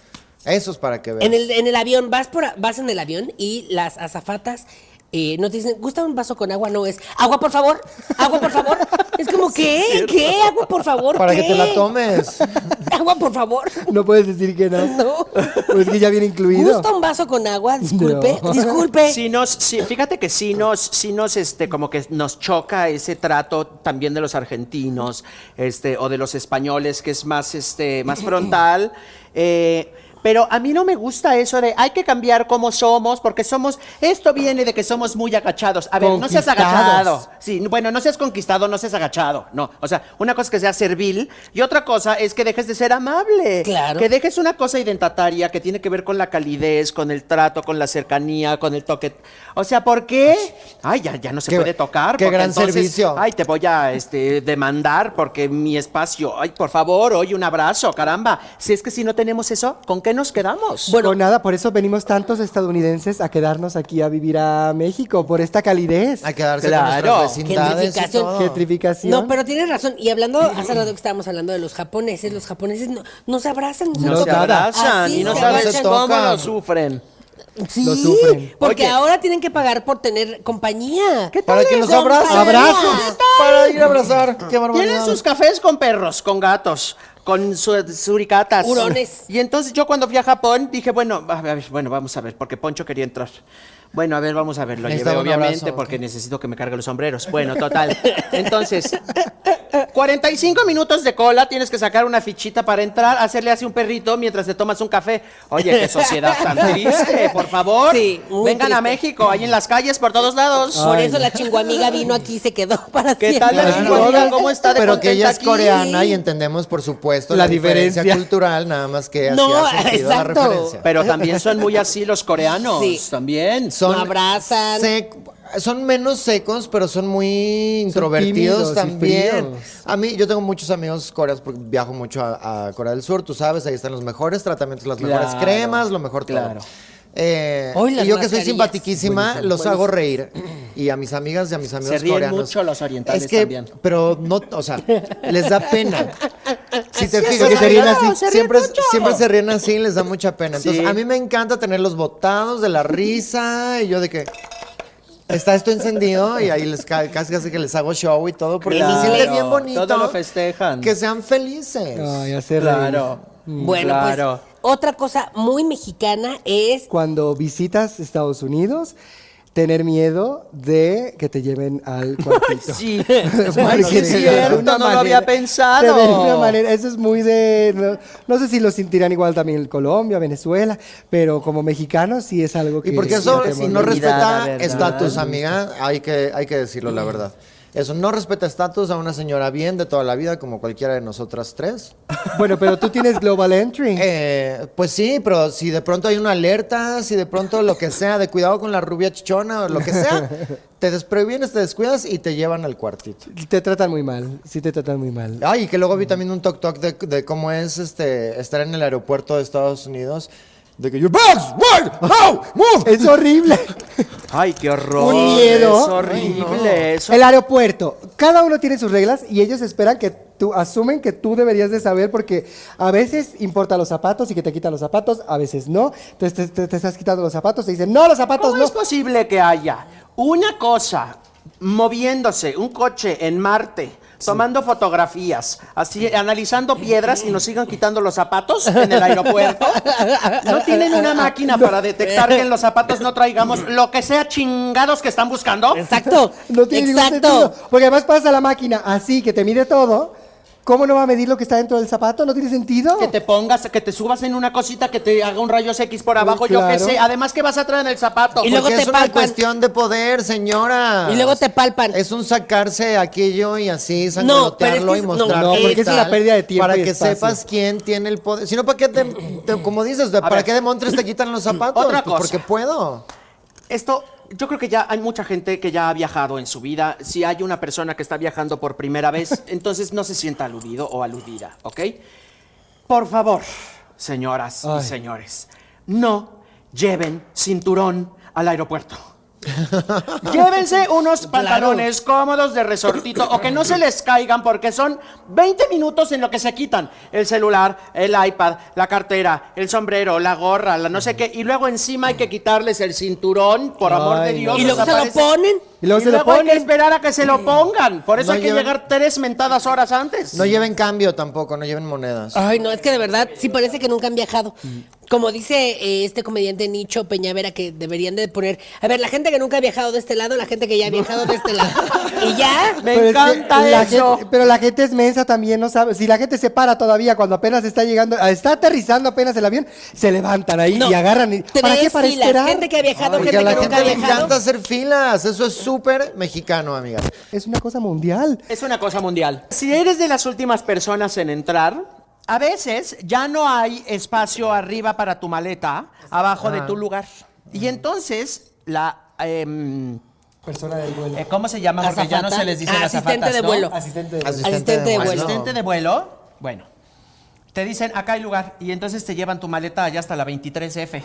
S3: Eso es para que veas.
S5: En el, en el avión, vas por a- vas en el avión y las azafatas eh, no te dicen, ¿gusta un vaso con agua? No es, agua por favor, agua por favor. Es como, ¿qué? ¿Qué? Agua por favor.
S3: Para que
S5: ¿qué?
S3: te la tomes.
S5: Agua por favor.
S1: No puedes decir que no.
S5: No.
S1: Pues que ya viene incluido.
S5: ¿Gusta un vaso con agua? Disculpe,
S1: No.
S5: disculpe.
S4: Sí nos, sí, fíjate que sí nos, sí nos, este, como que nos choca ese trato también de los argentinos, este, o de los españoles, que es más, este, más frontal. Eh, Pero a mí no me gusta eso de hay que cambiar cómo somos, porque somos. Esto viene de que somos muy agachados. A ver, no seas
S1: Conquistados.
S4: agachado. Sí, bueno, no seas conquistado, no seas agachado. No. O sea, una cosa es que seas servil y otra cosa es que dejes de ser amable.
S5: Claro.
S4: Que dejes una cosa identitaria que tiene que ver con la calidez, con el trato, con la cercanía, con el toque. O sea, ¿por qué? Ay, ya, ya no se
S3: Qué-
S4: puede tocar.
S3: qué
S4: porque
S3: gran servicio.
S4: Ay, te voy a este, demandar porque mi espacio. Ay, por favor, oye, un abrazo, caramba. Si es que si no tenemos eso, ¿con qué nos quedamos?
S1: Bueno, nada, por eso venimos tantos estadounidenses a quedarnos aquí a vivir a México, por esta calidez.
S3: A quedarse
S4: Claro.
S3: con nuestras vecindades y
S5: Gentrificación.
S3: todo.
S1: Gentrificación.
S5: No, pero tienes razón. Y hablando, hace rato que estábamos hablando de los japoneses, los japoneses no, no se abrazan.
S1: No
S5: se
S1: se
S4: abrazan
S5: Así
S4: y no
S5: se
S4: sabes
S5: abrazan.
S4: cómo
S3: tocan.
S4: lo sufren.
S5: Sí,
S1: Lo sufren.
S5: porque
S4: Oye.
S5: ahora tienen que pagar por tener compañía.
S4: ¿Qué
S3: Para
S4: tal
S3: que
S4: es?
S3: los abracen.
S1: Abrazos.
S3: Para ir a abrazar. Qué
S4: Tienen
S3: barbaridad.
S4: sus cafés con perros, con gatos, con su- suricatas.
S5: Hurones.
S4: Y entonces yo cuando fui a Japón dije, bueno, a ver, bueno, vamos a ver, porque Poncho quería entrar. Bueno, a ver, vamos a ver, lo llevé
S3: Necesitaba un
S4: obviamente
S3: abrazo,
S4: porque
S3: ok.
S4: necesito que me cargue los sombreros. Bueno, total. Entonces, 45 minutos de cola, tienes que sacar una fichita para entrar, hacerle así un perrito mientras te tomas un café. Oye, qué sociedad tan triste, por favor.
S5: Sí, muy
S4: Vengan a
S5: triste.
S4: México, ahí en las calles, por todos lados.
S5: Por eso la chinguamiga vino aquí y se quedó para
S4: ¿Qué
S5: siempre.
S4: tal la
S3: Claro.
S4: chinguamiga? ¿Cómo está de
S3: Pero que ella
S4: contenta
S3: es
S4: aquí?
S3: coreana y entendemos, por supuesto, la,
S1: La
S3: diferencia.
S1: diferencia.
S3: cultural, nada más que
S5: No,
S3: hacía sentido la
S5: exacto.
S3: referencia.
S4: Pero también son muy así los coreanos.
S5: Sí.
S4: También.
S5: No abrazan.
S3: sec- son menos secos, pero son muy introvertidos
S1: tímidos y
S3: también.
S1: fríos.
S3: A mí, yo tengo muchos amigos coreanos porque viajo mucho a, a Corea del Sur, tú sabes, ahí están los mejores tratamientos, las mejores
S4: Claro,
S3: cremas, lo mejor todo.
S4: claro.
S3: Eh,
S5: Hoy las
S3: y yo que soy
S5: mascarillas.
S3: simpatiquísima, los hago reír. Y a mis amigas y a mis amigos
S4: ríen
S3: coreanos.
S4: mucho los orientales
S3: Es que,
S4: también.
S3: Pero no, o sea, les da pena. Si te
S4: es,
S3: fijas,
S4: porque se ríen
S3: claro,
S4: así. se
S3: siempre,
S4: ríen mucho.
S3: siempre se ríen así y les da mucha pena. Entonces,
S4: Sí.
S3: a mí me encanta tenerlos botados de la risa y yo de que está esto encendido y ahí les ca- casi casi que les hago show y todo porque
S4: Claro,
S3: se siente bien bonito.
S4: todo lo festejan.
S3: Que sean felices.
S1: Ay, hacer reír.
S4: Claro.
S5: Mm, Bueno,
S4: Mm, Claro.
S5: pues otra cosa muy mexicana es
S1: Cuando visitas Estados Unidos, tener miedo de que te lleven al cuartito.
S4: Sí.
S1: Porque
S4: Bueno, sí, es
S1: de
S4: cierto,
S1: alguna
S4: no lo había
S1: manera- De alguna
S4: pensado.
S1: manera, eso es muy de. No, no sé si lo sentirán igual también en Colombia, Venezuela, pero como mexicanos sí es algo que.
S3: Y porque eso
S1: que
S3: si
S1: temor.
S3: no
S4: la
S3: respeta
S4: verdad.
S3: estatus, amiga, hay que, hay que decirlo la verdad. Eso no respeta estatus a una señora bien de toda la vida como cualquiera de nosotras tres.
S1: Bueno, pero tú tienes Global Entry.
S3: Eh, pues sí, pero si de pronto hay una alerta, si de pronto lo que sea, de cuidado con la rubia chichona o lo que sea, te desprevienes, te descuidas y te llevan al cuartito.
S1: Te tratan muy mal, sí te tratan muy mal.
S3: Ay, y que luego vi también un talk talk de, de cómo es este estar en el aeropuerto de Estados Unidos. De que your bags, where, how, move.
S1: Es horrible.
S4: Ay, qué horror.
S1: Un miedo.
S4: Es horrible eso.
S1: El aeropuerto. Cada uno tiene sus reglas y ellos esperan que tú asumen que tú deberías de saber porque a veces importa los zapatos y que te quitan los zapatos, a veces no. Entonces te, te- te estás quitando los zapatos y dicen, no, los zapatos
S4: ¿Cómo
S1: no.
S4: es posible que haya una cosa moviéndose, un coche en Marte, tomando fotografías, así analizando piedras y nos sigan quitando los zapatos en el aeropuerto? No tienen una máquina para detectar que en los zapatos no traigamos lo que sea chingados que están buscando.
S5: exacto,
S1: No tiene ningún
S5: exacto.
S1: sentido. Porque además pasa la máquina así, que te mide todo. ¿Cómo no va a medir lo que está dentro del zapato? ¿No tiene sentido?
S4: Que te pongas, que te subas en una cosita, que te haga un rayo X por abajo, yo qué
S1: claro.
S4: sé. Además, que vas a traer en el zapato?
S5: Y luego
S3: Porque
S5: te
S3: es una
S5: palpan.
S3: cuestión de poder, señora.
S5: Y luego te palpan.
S3: Es un sacarse aquello y así
S5: pero es
S3: sangolotearlo
S5: que
S3: y
S5: es- no,
S3: mostrarlo.
S5: no,
S3: qué
S5: porque es
S1: una
S3: tal,
S1: pérdida de tiempo
S3: Para
S1: y
S3: que
S1: espacio.
S3: sepas quién tiene el poder. Si no, ¿para qué te, te- como dices, de- para
S4: ver.
S3: qué demontres te quitan los zapatos?
S4: Otra
S3: Pues
S4: cosa.
S3: porque puedo.
S4: Esto, yo creo que ya hay mucha gente que ya ha viajado en su vida. Si hay una persona que está viajando por primera vez, entonces no se sienta aludido o aludida, ¿ok? Por favor, señoras
S1: Ay.
S4: y señores, no lleven cinturón al aeropuerto. Llévense unos pantalones cómodos de resortito o que no se les caigan porque son 20 minutos en lo que se quitan el celular, el iPad, la cartera, el sombrero, la gorra, la no sé qué. Y luego encima hay que quitarles el cinturón, por amor de
S1: Ay, no.
S4: Dios.
S5: Y luego se lo
S4: desaparece.
S5: ponen.
S1: Y luego
S4: Y
S1: se lo
S4: luego hay que
S1: ponen.
S4: esperar a que se lo pongan. Por eso
S3: No
S4: hay que
S3: lleven-
S4: llegar tres mentadas horas antes.
S5: Ah,
S3: No lleven cambio tampoco, no lleven monedas.
S5: Ay, no, es que de verdad sí parece que nunca han viajado. Como dice eh, este comediante Nicho Peñavera que deberían de poner, a ver, la gente que nunca ha viajado de este lado, la gente que ya ha viajado de este lado. y ya,
S4: Me
S1: Pero es que
S4: encanta
S1: la
S4: eso.
S1: gente- pero la gente es mensa también, no sabe. Si la gente se para todavía cuando apenas está llegando, está aterrizando apenas el avión, se levantan ahí
S5: No.
S1: y agarran. Y, ¿Para
S5: Tres
S1: qué? Para
S5: filas,
S1: esperar.
S5: gente que ha viajado,
S1: Ay,
S3: Porque
S5: gente
S3: a
S5: que
S3: la
S5: nunca ha
S3: gente le encanta
S5: viajado.
S3: hacer filas. Eso es súper mexicano, amigas.
S1: Es una cosa mundial.
S4: Es una cosa mundial. Si eres de las últimas personas en entrar, a veces ya no hay espacio arriba para tu maleta, abajo de tu lugar. Y entonces la... em,
S1: Persona del vuelo.
S4: eh, ¿Cómo se llama? Porque ya no
S5: Azafata.
S4: se les dice
S5: Ah, asistente de vuelo.
S1: Asistente del
S3: Asistente,
S5: Asistente de
S3: vuelo.
S5: vuelo.
S4: Asistente Pues, de vuelo. Bueno. Te dicen, acá hay lugar. Y entonces te llevan tu maleta allá hasta la 23F.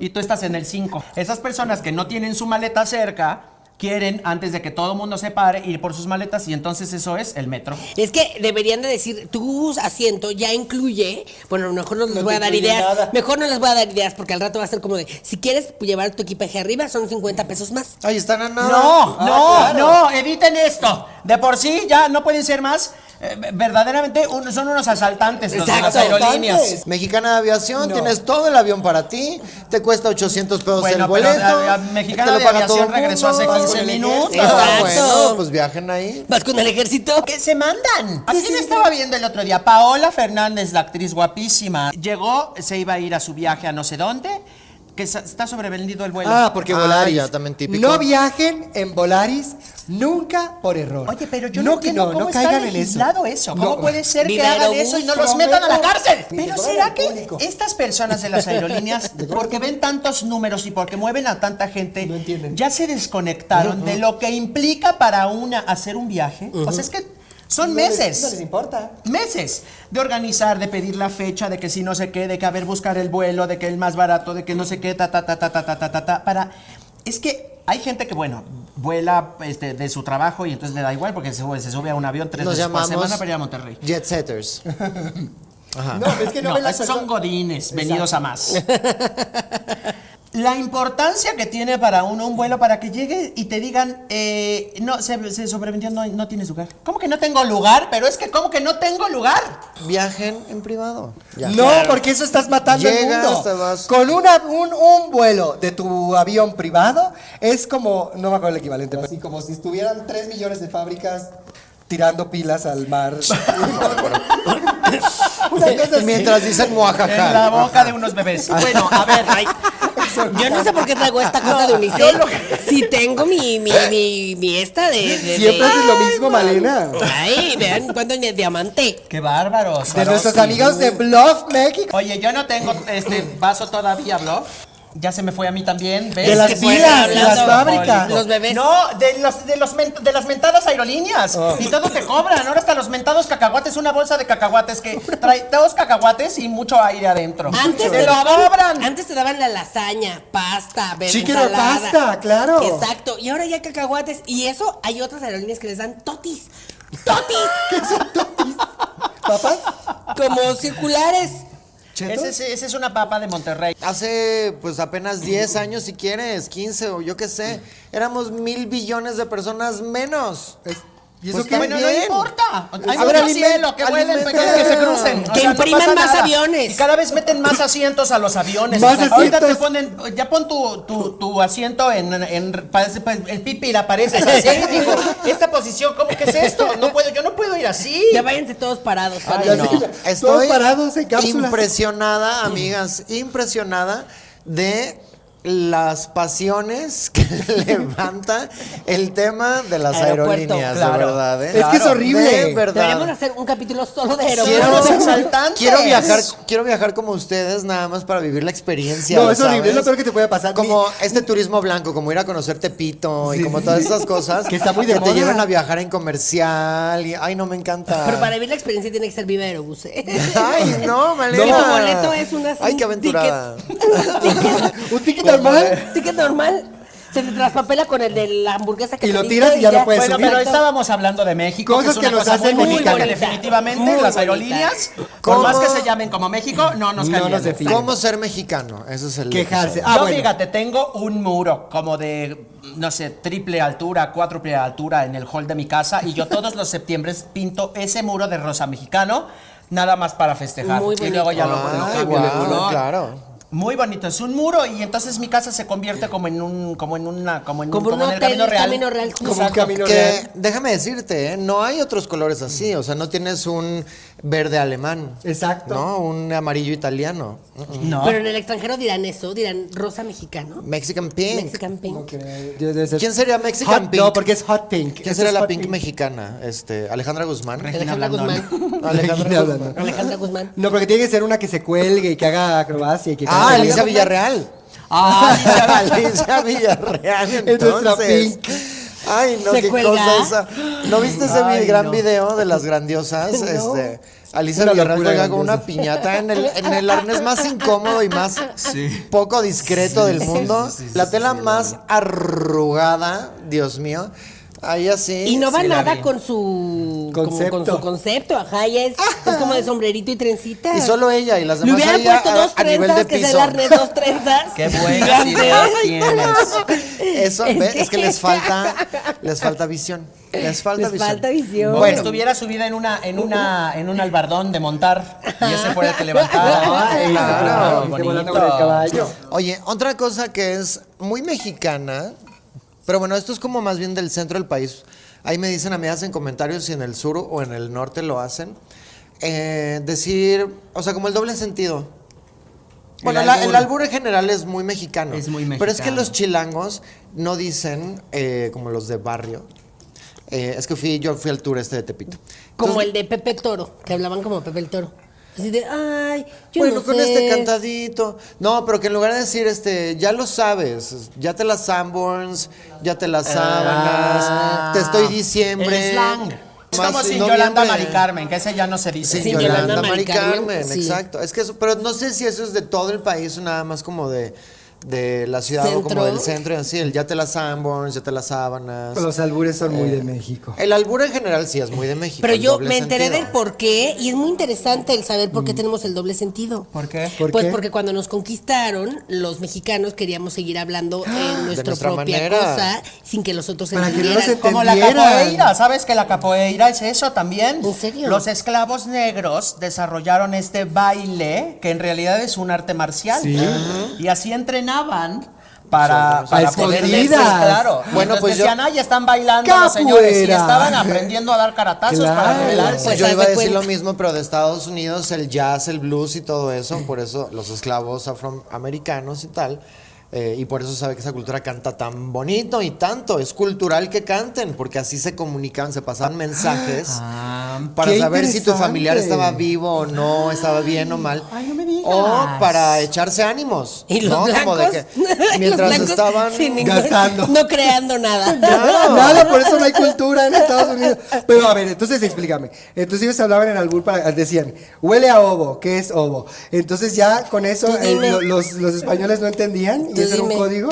S4: Y tú estás en el 5. Esas personas que no tienen su maleta cerca quieren, antes de que todo el mundo se pare, ir por sus maletas. Y entonces eso es el metro.
S5: Es que deberían de decir, tu asiento ya incluye, bueno, a lo mejor no les voy a dar ideas, mejor no les voy a dar ideas porque al rato va a ser como de, si quieres llevar tu equipaje arriba son 50 pesos más.
S3: Ahí están a nada. Ah,
S4: No, no,
S3: claro.
S4: no, eviten esto. De por sí ya no pueden ser más. eh, verdaderamente un- son unos asaltantes los de las
S5: Exacto.
S4: aerolíneas.
S3: Mexicana de Aviación, tienes todo el avión para ti, te cuesta 800 pesos
S4: Bueno,
S3: el
S4: pero
S3: boleto.
S4: la- la Mexicana
S3: te lo
S4: de
S3: paga
S4: Aviación
S3: todo el
S4: regresó hace
S3: mundo,
S4: 15
S3: con el
S4: minutos.
S3: ejército. Ah,
S5: Exacto.
S3: bueno, pues viajen ahí.
S5: ¿Vas con el ejército?
S4: que se mandan. Así me estaba viendo el otro día. Paola Fernández, la actriz guapísima, llegó, se iba a ir a su viaje a no sé dónde, que sa- está sobrevendido el vuelo.
S1: Ah, porque
S3: Ah,
S1: Volaris.
S3: ya, también típico.
S1: No viajen en Volaris nunca por error.
S4: Oye, pero yo no, entiendo cómo está legislado eso. ¿Cómo
S1: No.
S4: puede ser que
S5: Viva
S4: hagan eso y no los
S1: Aerobús,
S4: metan a la
S1: prometo.
S4: cárcel?
S1: Ni
S4: Pero
S1: de
S4: ¿será
S1: color
S4: que
S1: alcohólico.
S4: estas personas de las aerolíneas, porque ven tantos números y porque mueven a tanta gente,
S1: No entienden.
S4: ya se desconectaron de lo que implica para una hacer un viaje? O sea, es que son meses.
S1: No les importa.
S4: meses de organizar, de pedir la fecha, de que si no sé qué, de que a ver buscar el vuelo, de que el más barato, de que no sé qué, ta ta ta ta ta ta ta ta ta para es que hay gente que bueno, vuela este, de su trabajo y entonces le da igual porque se, sube- se sube a un avión tres
S3: Nos
S4: veces por
S3: llamamos
S4: semana para ir a Monterrey.
S3: Jet setters. Ajá.
S1: No, es que no,
S4: No,
S1: ven las
S4: esos son
S1: personas.
S4: godines, venidos a más. La importancia que tiene para uno un vuelo para que llegue y te digan, eh, no, se, se sobrevendió, no, no tienes lugar. ¿Cómo que no tengo lugar? Pero es que, ¿cómo que no tengo lugar?
S3: Viajen en privado. Ya.
S1: No, porque eso estás matando el
S3: Llegas,
S1: mundo.
S3: te vas.
S1: Con una- un, un vuelo de tu avión privado es como, no me acuerdo el equivalente, pero así como si estuvieran 3 millones de fábricas tirando pilas al mar. Una cosa así.
S3: Mientras dicen
S4: En la
S3: muajaja.
S4: boca de unos bebés. Bueno, a ver, ay,
S5: Yo no sé por qué traigo esta cosa de Unicel. Si tengo mi, mi, mi, mi esta de. de-
S1: Siempre
S5: de-
S1: haces lo mismo, Malena.
S5: Ay, vean cuánto es mi diamante.
S4: qué bárbaros.
S1: De nuestros amigos de Bluff México.
S4: Oye, yo no tengo este vaso todavía, bro. Ya se me fue a mí también. ¿ves?
S1: De las
S4: Que
S1: pilas,
S4: fue
S1: de las
S4: hablando.
S1: fábricas.
S5: Los bebés.
S4: No, de, los, de, los men- de las mentadas aerolíneas.
S1: Oh.
S4: Y todo te cobran. Ahora hasta los mentados cacahuates, una bolsa de cacahuates que trae dos cacahuates y mucho aire adentro.
S5: Antes
S4: te
S5: te,
S4: lo
S5: daban,
S4: cobran.
S5: antes te daban la lasaña, pasta, ver-
S1: Sí, que era
S5: ensalada.
S1: pasta, claro.
S5: Exacto. Y ahora ya cacahuates. Y eso hay otras aerolíneas que les dan totis. ¡Totis!
S1: ¿Papas?
S5: Como circulares.
S1: ¿Chetos?
S4: Ese es- Esa es una papa de Monterrey.
S3: Hace pues apenas 10 años, si quieres, 15 o yo qué sé, éramos mil billones de personas menos.
S1: Es- ¿Y
S3: Pues
S1: qué?
S3: bueno,
S4: Bueno, no
S3: Bien.
S4: importa. Hay
S1: A ver,
S4: mucho
S1: aliment-
S4: cielo, que vuelen, pero
S1: alimenta.
S4: que se crucen.
S5: Que
S4: no
S5: impriman
S4: pasa
S5: más
S4: nada.
S5: aviones.
S4: Y cada vez meten más asientos a los aviones.
S1: Más
S4: Ahorita te
S1: asientos.
S4: ponen, ya pon tu, tu, tu asiento en, en, parece- pues, el pipi y la apareces así. Digo, esta posición, ¿cómo que es esto? No puedo, yo no puedo ir así.
S5: Ya váyanse todos parados.
S1: Ya
S5: también.
S1: sé, ya. Todos parados en cápsulas.
S3: impresionada, amigas, impresionada de las pasiones que levanta el tema de las
S5: Aeropuerto,
S3: aerolíneas, de
S4: claro.
S3: verdad. ¿eh?
S1: Es que es horrible.
S3: De
S5: Deberíamos
S3: verdad.
S5: hacer un capítulo solo de
S3: Quiero,
S5: aeropuertos.
S4: exaltantes.
S3: quiero viajar, quiero viajar como ustedes nada más para vivir la experiencia.
S1: No,
S3: ¿lo
S1: es horrible,
S3: sabes?
S1: es lo peor que te puede pasar.
S3: Como este turismo blanco, como ir a conocer Tepito y
S1: Sí,
S3: como
S1: sí.
S3: todas esas cosas
S1: Que está muy de
S3: que te
S1: moda.
S3: llevan a viajar en comercial y ay no me encanta.
S5: Pero para vivir la experiencia tiene que ser viva Aerobús. ¿eh?
S3: Ay, no, Malena.
S5: Y tu boleto es una-
S3: Ay, qué
S5: un
S3: aventurada.
S1: Un ticket normal.
S5: Ticket normal. Se te traspapela con el de la hamburguesa que
S1: Y lo
S5: pediste
S1: tiras y ya no puedes
S4: Bueno,
S1: subir.
S4: pero estábamos hablando de México,
S1: Cosas
S4: que es
S1: que
S4: una
S1: nos
S4: cosa
S1: hacen
S4: muy
S1: mexicanos.
S4: bonita, definitivamente
S5: Muy
S4: las
S5: bonita.
S4: aerolíneas,
S3: ¿Cómo?
S4: por más que se llamen como México, no nos
S1: No
S4: calientan.
S1: nos definen.
S3: ¿Cómo ser mexicano? Eso es el
S1: Quejarse.
S3: episodio.
S1: Ah,
S4: yo
S1: bueno.
S4: fíjate, tengo un muro como de, no sé, triple altura, cuádruple altura en el hall de mi casa y yo todos los septiembres pinto ese muro de rosa mexicano nada más para festejar.
S5: Muy
S4: y luego Ah, ya lo,
S1: Ah,
S3: bonito.
S4: lo
S3: Ay,
S4: cambio de
S3: guau,
S4: color.
S3: claro.
S4: Muy bonito, es un muro y entonces mi casa se convierte como en un como en una como en un-
S5: Como un
S4: en el
S5: hotel,
S4: camino real.
S5: Camino Real,
S4: Como
S5: justo.
S4: un camino
S3: Que,
S4: real.
S3: déjame decirte, ¿eh? no hay otros colores así. O sea, no tienes un verde alemán.
S1: Exacto.
S3: No, un amarillo italiano.
S4: No.
S5: Pero en el extranjero dirán eso, dirán rosa mexicano.
S3: Mexican pink.
S5: Mexican pink.
S1: Yo debe ser-
S3: ¿Quién sería Mexican
S1: Hot-
S3: Pink?
S1: No, porque es hot pink.
S3: ¿Quién
S1: Esto
S3: será
S1: es
S3: la
S1: hot
S3: pink, mexicana? Este, Alejandra Guzmán.
S4: Regina
S5: Alejandra
S4: Blandón.
S5: Guzmán.
S1: Regina
S3: Alejandra Guzmán.
S1: Blandón.
S5: Alejandra Guzmán.
S1: No, porque tiene que ser una que se cuelgue y que haga acrobacia y que
S3: Ah,
S1: caiga.
S3: Alicia Villarreal.
S4: Ah, Alicia
S3: Alicia Villarreal.
S1: Es nuestra
S3: Entonces.
S1: Pink.
S3: Ay, no,
S5: ¿Se
S3: qué
S5: cuelga?
S3: cosa esa. ¿No viste ese
S4: Ay,
S3: gran
S4: no.
S3: video de las grandiosas? Este, Alicia
S1: Una
S3: Villarreal
S1: locura
S3: juega con una
S1: grandiosa.
S3: piñata en el, en el arnés más incómodo y más poco discreto del mundo. la tela más arrugada, Dios mío. Ahí así.
S5: Y no va
S4: sí la
S5: nada
S4: vi.
S5: con su como
S1: Concepto.
S5: con su concepto, ajá, ella es, es como de sombrerito y trencita.
S3: Y solo ella y las
S5: Le
S3: demás
S5: hubieran
S3: ella
S5: puesto dos
S3: a, a nivel de
S5: trenzas, que se
S3: piso.
S5: le arne dos trenzas.
S4: Qué buenas
S5: Gigante.
S4: ideas tienes.
S3: Eso
S5: Es
S3: ¿ves? es que
S5: que-
S3: les falta les falta visión. Les falta
S5: Les
S3: visión.
S5: falta visión.
S4: Bueno,
S3: Bueno,
S4: estuviera subida en una en una en un albardón de montar y ese fuera el que levantaba.
S1: Ay,
S4: Ay,
S1: Ah, claro,
S4: bonito.
S1: esté volando con el caballo.
S3: oye, otra cosa que es muy mexicana, pero bueno, esto es como más bien del centro del país. Ahí me dicen, a mí hacen comentarios si en el sur o en el norte lo hacen. Eh, decir, o sea, como el doble sentido. Bueno, la- el
S4: albur.
S3: albur en general es muy mexicano.
S4: Es muy
S3: Pero es que
S4: mexicano.
S3: los chilangos no dicen eh, como los de barrio. Eh, es que fui, yo fui al tour este de Tepito.
S5: Como
S3: Entonces,
S5: el de Pepe el Toro, que hablaban como Pepe el Toro. Así de, ay, yo
S3: Bueno,
S5: no
S3: con
S5: sé.
S3: este cantadito. No, pero que en lugar de decir, este, ya lo sabes, ya te las Sanborns, ya te las sábanas, Ah,
S5: Ah,
S3: te estoy diciembre.
S4: El slang. Es
S3: Más
S4: como sin
S3: noviembre.
S4: Yolanda Mari Carmen, que ese ya no se dice.
S3: Sin
S5: Sin
S3: Yolanda,
S5: Yolanda
S3: Mari
S5: Mari
S3: Carmen,
S5: Carmen, sí.
S3: exacto. Es que eso, pero no sé si eso es de todo el país o nada más como de, de la ciudad o como
S5: Centro.
S3: del centro y así. El ya te las Sanborns, ya te las sábanas.
S1: Pues Los albures son muy de México.
S3: El albur en general sí es muy de México.
S5: Pero
S3: el
S5: yo
S3: doble
S5: me enteré
S3: sentido. Mm.
S5: del por qué y es muy interesante el saber por qué tenemos el doble sentido.
S4: ¿Por qué?
S1: ¿Por
S5: pues
S1: qué?
S5: porque cuando nos conquistaron, los mexicanos queríamos seguir hablando en nuestra
S3: ¡Ah! nuestra
S5: propia
S3: manera.
S5: cosa sin que los otros
S1: Para que no
S5: entendieran.
S1: se
S4: Como la
S1: Entendieran.
S4: capoeira, ¿sabes que la capoeira es eso también?
S5: ¿En serio?
S4: Los esclavos negros desarrollaron este baile que en realidad es un arte marcial. Ah.
S1: Sí.
S4: Y así entrenaban para, para
S1: A
S4: poder
S1: escondidas.
S4: decir, claro.
S3: Bueno,
S4: Bueno,
S3: pues
S4: pues
S3: yo-
S4: decían, "Ay, ya están bailando los señores y
S1: Capoeira.
S4: estaban aprendiendo a dar caratazos para
S1: Claro.
S4: revelarse.
S5: Pues
S3: yo
S5: haz
S3: iba a
S5: de
S3: decir lo
S5: cuenta.
S3: mismo, pero de Estados Unidos, el jazz, el blues y todo eso, por eso los esclavos afroamericanos y tal, eh, y por eso sabe que esa cultura canta tan bonito y tanto, es cultural que canten, porque así se comunicaban, se pasaban mensajes
S5: Ah,
S3: para
S1: qué
S3: saber si tu
S1: interesante.
S3: familiar estaba vivo o no, estaba bien o mal, o para echarse ánimos,
S5: Y los
S3: ¿no? Como de
S5: blancos,
S3: que
S5: los
S3: mientras
S5: blancos
S3: estaban...
S5: sin ningún-
S1: gastando.
S5: no creando nada.
S3: Claro.
S1: Nada, por eso no hay cultura en Estados Unidos. Pero a ver, entonces explícame. Entonces ellos hablaban en albur para decían, huele a ovo, ¿qué es ovo? Entonces ya con eso
S5: Tú
S1: eh,
S5: dime.
S1: lo- los, los españoles no entendían y
S5: Tú
S1: eso era un
S5: dime.
S1: código.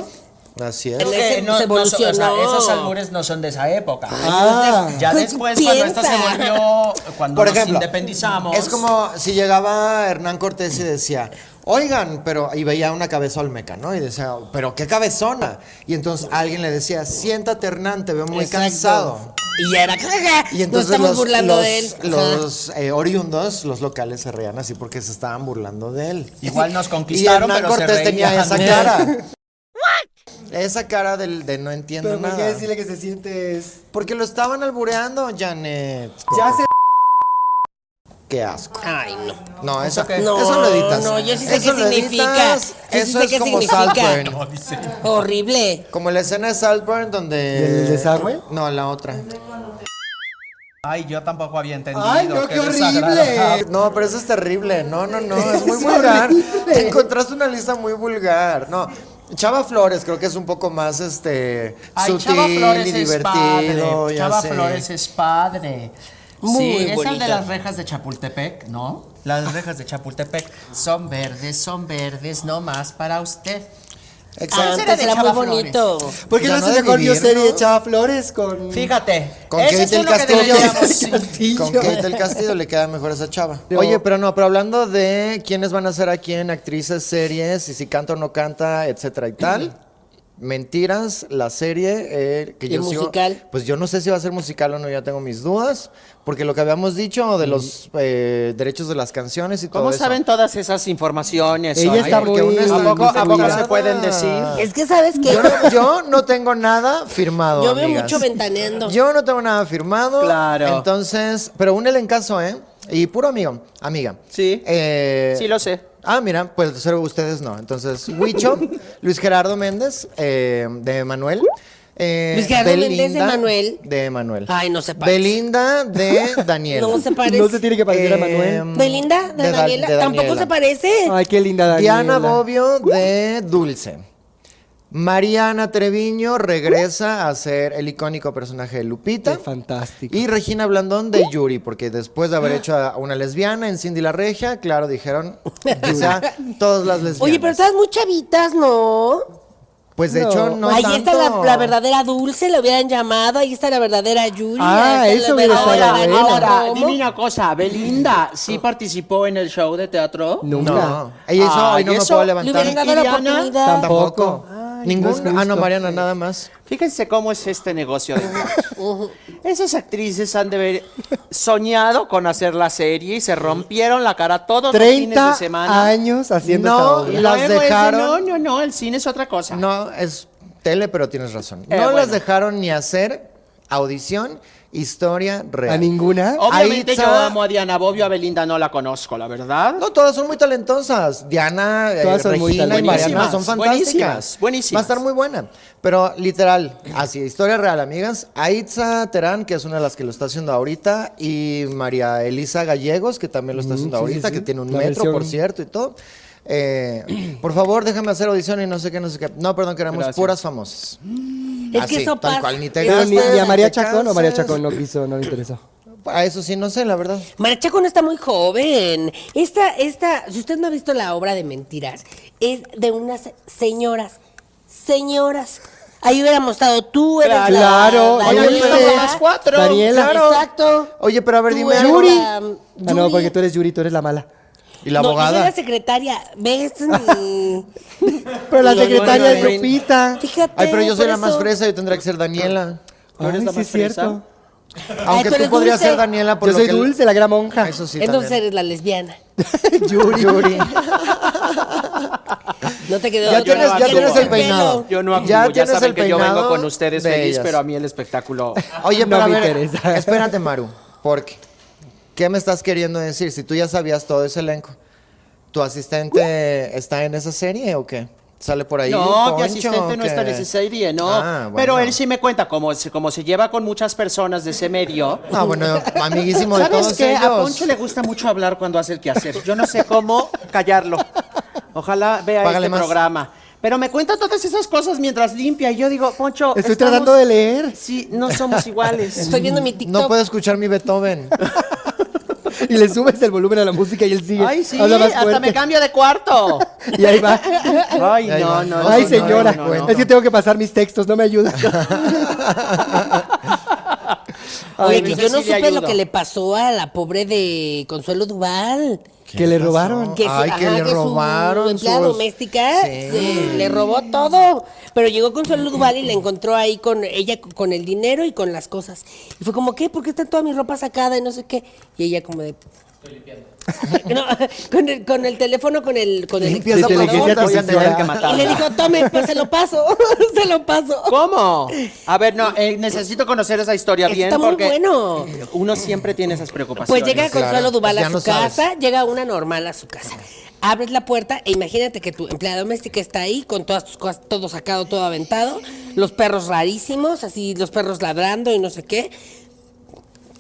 S3: Así es.
S5: El-
S4: Eh,
S5: se-
S4: no,
S5: se
S4: no son- o sea,
S5: evolucionó.
S4: esos albures no son de esa época.
S1: Ah.
S4: ya después, cuando esto se
S5: Piensa.
S4: volvió, cuando
S3: Por
S4: nos
S3: ejemplo,
S4: independizamos.
S3: Es como si llegaba Hernán Cortés y decía, oigan, pero. Y veía una cabeza olmeca, ¿no? Y decía, pero qué cabezona. Y entonces alguien le decía, siéntate, Hernán, te veo muy
S5: Exacto.
S3: cansado.
S5: Y ya era, jaja,
S3: Y entonces
S5: nos estamos
S3: los,
S5: burlando
S3: los-
S5: de él.
S3: los, eh, oriundos, los locales se reían así porque se estaban burlando de él.
S4: Igual nos
S3: Y
S4: conquistaron,
S3: Hernán
S4: pero se
S3: Cortés tenía
S4: reían
S3: esa
S4: de él.
S3: cara. Esa cara del, de no entiendo
S1: Pero ¿por qué
S3: nada.
S1: decirle que se siente es-
S3: Porque lo estaban albureando, Janet.
S1: Ya se...
S3: Qué asco.
S5: Ay, no.
S3: No, eso,
S4: qué?
S5: No,
S3: eso lo editas.
S5: no, yo sí sé
S3: Eso
S5: qué
S3: lo
S5: significa.
S3: editas.
S5: Yo sí
S3: Eso
S5: sé
S3: es
S5: qué
S3: como
S5: significa.
S3: Saltburn.
S5: Horrible.
S3: Como la escena de Saltburn donde.
S1: ¿Del desagüe?
S3: No, la otra.
S4: Ay, yo tampoco había entendido.
S1: ¡Ay, no, qué horrible!
S3: No, pero eso es terrible. No, no, no. Es muy
S1: Es
S3: vulgar.
S1: horrible.
S3: Te encontraste una lista muy vulgar. No. Chava Flores creo que es un poco más este
S4: Ay,
S3: sutil
S4: Chava Flores
S3: y
S4: es
S3: divertido.
S4: padre.
S3: ya
S4: Chava
S3: sé.
S4: Flores es padre.
S5: Muy
S4: sí, es el
S5: bonito.
S4: de las rejas de Chapultepec, ¿no? Las rejas de Chapultepec son verdes, son verdes, no más para usted.
S5: Ah,
S3: Exacto.
S4: Antes
S5: pues
S4: de
S5: era muy
S4: Chava
S5: bonito.
S1: ¿Por qué
S3: Ya
S1: no
S3: no
S1: haces
S3: de
S1: mejor yo
S3: vivir,
S1: serie
S3: ¿no?
S1: de Chava Flores con...
S4: Fíjate.
S3: Con
S4: ese
S3: Kate
S4: es
S3: del
S4: uno que
S3: Castillo.
S4: deberíamos-
S1: Kate del
S4: sí.
S1: Castillo.
S3: Con Kate el Castillo le queda mejor a esa chava.
S1: Yo-
S5: oh.
S3: Oye, pero no, pero hablando de quiénes van a ser a quién, actrices, series, y si canta o no canta, etcétera y tal. Mentiras, la serie eh, que
S5: ¿Y
S3: yo sigo-
S5: musical?
S3: pues yo no sé si va a ser musical o no, ya tengo mis dudas, porque lo que habíamos dicho
S5: Mm.
S3: de los eh, derechos de las canciones y todo
S4: ¿Cómo
S3: eso.
S4: saben todas esas informaciones?
S1: Ella
S4: Ay,
S1: está
S4: porque
S1: muy-
S4: uno está- ¿A poco, a poco
S1: instruida.
S4: se pueden decir?
S5: Es que sabes que
S3: Yo no, yo no tengo nada firmado.
S5: yo veo
S3: amigas.
S5: mucho ventaneando.
S3: Yo no tengo nada firmado.
S4: Claro.
S3: Entonces, pero un elencazo, ¿eh? Y puro amigo, amiga.
S4: Sí.
S3: Eh,
S4: Sí, lo sé.
S3: Ah, mira, pues ser ustedes no. Entonces, Huicho, Luis Gerardo Méndez, eh, de Manuel. eh,
S5: Luis Gerardo Méndez de Manuel.
S3: De Manuel.
S5: Ay, no se parece.
S3: Belinda de Daniel.
S5: No se parece.
S1: No se tiene que parecer a Manuel.
S5: Belinda, de Daniela, tampoco se parece.
S1: Ay, qué linda Daniela.
S3: Diana Bobbio de Dulce. Mariana Treviño regresa a ser el icónico personaje de Lupita.
S1: Qué fantástico.
S3: Y Regina Blandón de Yuri, porque después de haber hecho a una lesbiana en Cindy la Regia, claro, dijeron, quizá todas las lesbianas.
S5: Oye, pero estás muy chavitas, ¿no?
S3: Pues de hecho, no
S5: ahí está la,
S3: tanto.
S5: la verdadera Dulce, le hubieran llamado, ahí está la verdadera Yuri.
S1: Ah,
S5: ahí está
S1: eso
S5: la
S4: pues,
S1: hubiera
S5: verdadera
S1: estado
S5: Daniela
S1: bueno.
S4: Ahora,
S5: Romo.
S4: dime una cosa, Belinda, ¿sí participó en el show de teatro?
S1: Nunca.
S3: No, ella hizo,
S4: Ay,
S3: hoy no me
S4: eso
S3: puedo
S5: Le
S3: levantar.
S5: hubieran dado la
S4: Tantana,
S5: oportunidad.
S3: Tampoco.
S1: Ay,
S3: Ningún,
S1: no es
S3: ah, no,
S1: justo.
S3: Mariana, nada más.
S4: Fíjense cómo es este negocio. de Fox. Esas actrices han de haber soñado con hacer la serie y se rompieron la cara todos los fines
S1: 30
S4: de semana.
S1: años haciendo
S3: No,
S1: esta obra.
S3: la- las
S4: Luego es de,
S3: dejaron-
S4: no, no, no, el cine es otra cosa.
S3: No, es tele, pero tienes razón.
S4: Eh,
S3: no las
S4: bueno.
S3: dejaron ni hacer audición, historia real.
S1: ¿A ninguna?
S4: Obviamente
S3: Aitza-
S4: yo amo a Diana Bobbio, a Belinda no la conozco, la verdad.
S3: No, todas son muy talentosas. Diana, eh,
S1: Todas son muy
S3: Regina y Mariana
S4: talentosas.
S3: son fantásticas.
S4: Buenísimas, buenísimas.
S3: Va a estar muy buena. Pero literal, así, historia real, amigas. Aitza Terán, que es una de las que lo está haciendo ahorita, y María Elisa Gallegos, que también lo está haciendo
S1: Mm, sí, sí,
S3: ahorita,
S1: sí.
S3: que tiene un
S1: La
S3: metro,
S1: versión-
S3: por cierto, y todo. Eh, por favor, déjame hacer audición y no sé qué, no sé qué. No, perdón, queremos
S4: Gracias.
S3: puras famosas.
S5: Es
S3: Así,
S5: que eso
S3: tal
S5: pasa.
S3: cual, ni te
S5: Eso
S1: Pero
S3: gastes,
S1: ni, ni a
S3: ni
S1: María
S3: te
S1: Chacón o María
S3: canses.
S1: Chacón no quiso, no le interesó.
S3: A eso sí, no sé, la verdad.
S5: María Chacón está muy joven. Esta, esta, si usted no ha visto la obra de mentiras, es de unas señoras. Señoras. Ahí hubiéramos estado tú, eres la-
S1: Claro,
S5: la
S1: Oye,
S5: Daniela.
S1: pero-
S4: Daniela, las cuatro.
S1: Daniela.
S3: Claro.
S5: Exacto.
S3: Oye, pero a ver,
S5: Tú
S3: dime
S5: eres
S3: algo.
S1: Yuri.
S5: la-
S1: Ah, no,
S5: Yuri.
S1: porque tú eres Yuri, tú eres la mala.
S3: Y la
S5: No, Yo soy
S3: abogada.
S5: la secretaria. ¿Ves? Mi...
S1: Pero la
S4: No, no,
S1: secretaria
S4: no,
S1: es
S4: no, no.
S1: Lupita.
S5: Fíjate.
S3: Ay, pero yo soy
S5: por
S3: la más
S5: eso.
S3: fresa, yo tendría que ser Daniela.
S4: ¿Tú eres
S1: Ay,
S4: la
S1: sí
S4: más
S1: es cierto.
S3: Aunque
S5: tú
S3: tú,
S5: eres
S3: podrías
S5: dulce.
S3: ser Daniela por
S1: Yo
S3: lo
S1: soy
S3: que-
S1: dulce, la gran monja.
S3: Eso sí.
S5: Entonces
S3: también.
S5: eres la lesbiana.
S3: Yuri.
S5: No te quedó
S3: Ya
S5: otra.
S3: tienes- ya
S5: Porque
S3: tienes
S5: eres
S3: el peinado.
S5: pelo.
S4: Yo no acudo,
S3: Ya
S4: ya,
S3: tienes
S4: saben
S3: el
S4: que yo vengo
S3: peinado
S4: con ustedes
S3: de
S4: feliz,
S3: ellas.
S4: pero a mí el espectáculo...
S3: Oye,
S1: No
S3: pero a
S1: me
S3: ver,
S1: interesa.
S3: espérate, Maru, porque ¿qué me estás queriendo decir? Si tú ya sabías todo ese elenco, ¿tu asistente está en esa serie o qué? ¿Sale por ahí?
S4: No, mi
S3: Poncho,
S4: asistente no
S3: o
S4: está en
S3: qué?
S4: esa serie, no.
S3: Ah, bueno.
S4: Pero él sí me cuenta cómo se, cómo se lleva con muchas personas de ese medio.
S3: Ah, bueno, amiguísimo de
S4: ¿Sabes
S3: todos
S4: qué? A
S3: ellos.
S4: Poncho le gusta mucho hablar cuando hace el quehacer. Yo no sé cómo callarlo. Ojalá vea
S3: Págale
S4: este
S3: más.
S4: programa. Pero me cuenta todas esas cosas mientras limpia. Y yo digo, Poncho.
S1: Estoy
S4: estamos-
S1: tratando de leer
S4: Sí, no somos iguales.
S5: Estoy viendo mi TikTok.
S3: No puedo escuchar mi Beethoven.
S1: y le subes el volumen a la música y él sigue.
S4: Ay, sí,
S1: Habla más
S4: hasta me
S1: fuerte.
S4: cambio de cuarto.
S1: Y ahí va.
S4: Ay,
S3: Ahí
S4: no,
S3: va.
S4: no, no.
S1: Ay,
S4: no,
S1: señora.
S4: no, no, no.
S1: Es que tengo que pasar mis textos, no me ayuda.
S5: Oye,
S4: Ay,
S5: que
S4: no sé
S5: yo no
S4: si le
S5: supe lo
S4: ayudo.
S5: que le pasó a la pobre de Consuelo Duval.
S1: que le robaron.
S5: Que
S3: Ay, que le
S5: su
S3: robaron
S5: empleada
S3: sus-
S5: doméstica
S3: Sí.
S5: se- le robó todo. Pero llegó Consuelo Duval y la encontró ahí con ella con el dinero y con las cosas. Y fue como, ¿qué? ¿Por qué está toda mi ropa sacada y no sé qué? Y ella como de... No, con, el, con el teléfono, con el... Con el
S3: Limpias la
S1: inteligencia
S3: pregunta, voy a
S1: artificial.
S3: tener que
S5: y
S3: matarla.
S5: le dijo, tome, pues se lo paso, se lo paso.
S4: ¿Cómo? A ver, no, eh, necesito conocer esa historia bien.
S5: Está muy
S4: porque
S5: bueno.
S4: Uno siempre tiene esas preocupaciones.
S5: Pues llega
S3: claro.
S5: Consuelo Duval
S3: Ya
S5: a su
S3: no
S5: casa,
S3: sabes.
S5: llega una normal a su casa. Abres la puerta e imagínate que tu empleada doméstica está ahí con todas tus cosas, todo sacado, todo aventado, los perros rarísimos, así los perros ladrando y no sé qué,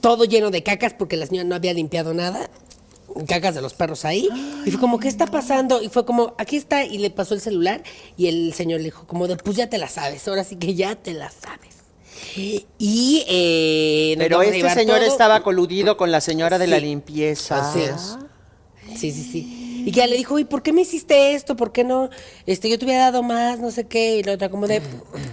S5: todo lleno de cacas porque la señora no había limpiado nada, cacas de los perros ahí. Y fue como, ¿qué está pasando? Y fue como, aquí está, y le pasó el celular y el señor le dijo, como de, pues ya te la sabes, ahora sí que ya te la sabes. Y eh, nos
S4: Pero
S5: vamos a
S4: este
S5: llevar
S4: señor
S5: todo.
S4: estaba coludido con la señora de la
S5: Sí.
S4: limpieza.
S3: Así es.
S5: Sí, sí, sí. Y que ya le dijo, ¿y por qué me hiciste esto? ¿Por qué no? Este, yo te hubiera dado más, no sé qué. Y la otra como de,
S3: Mm.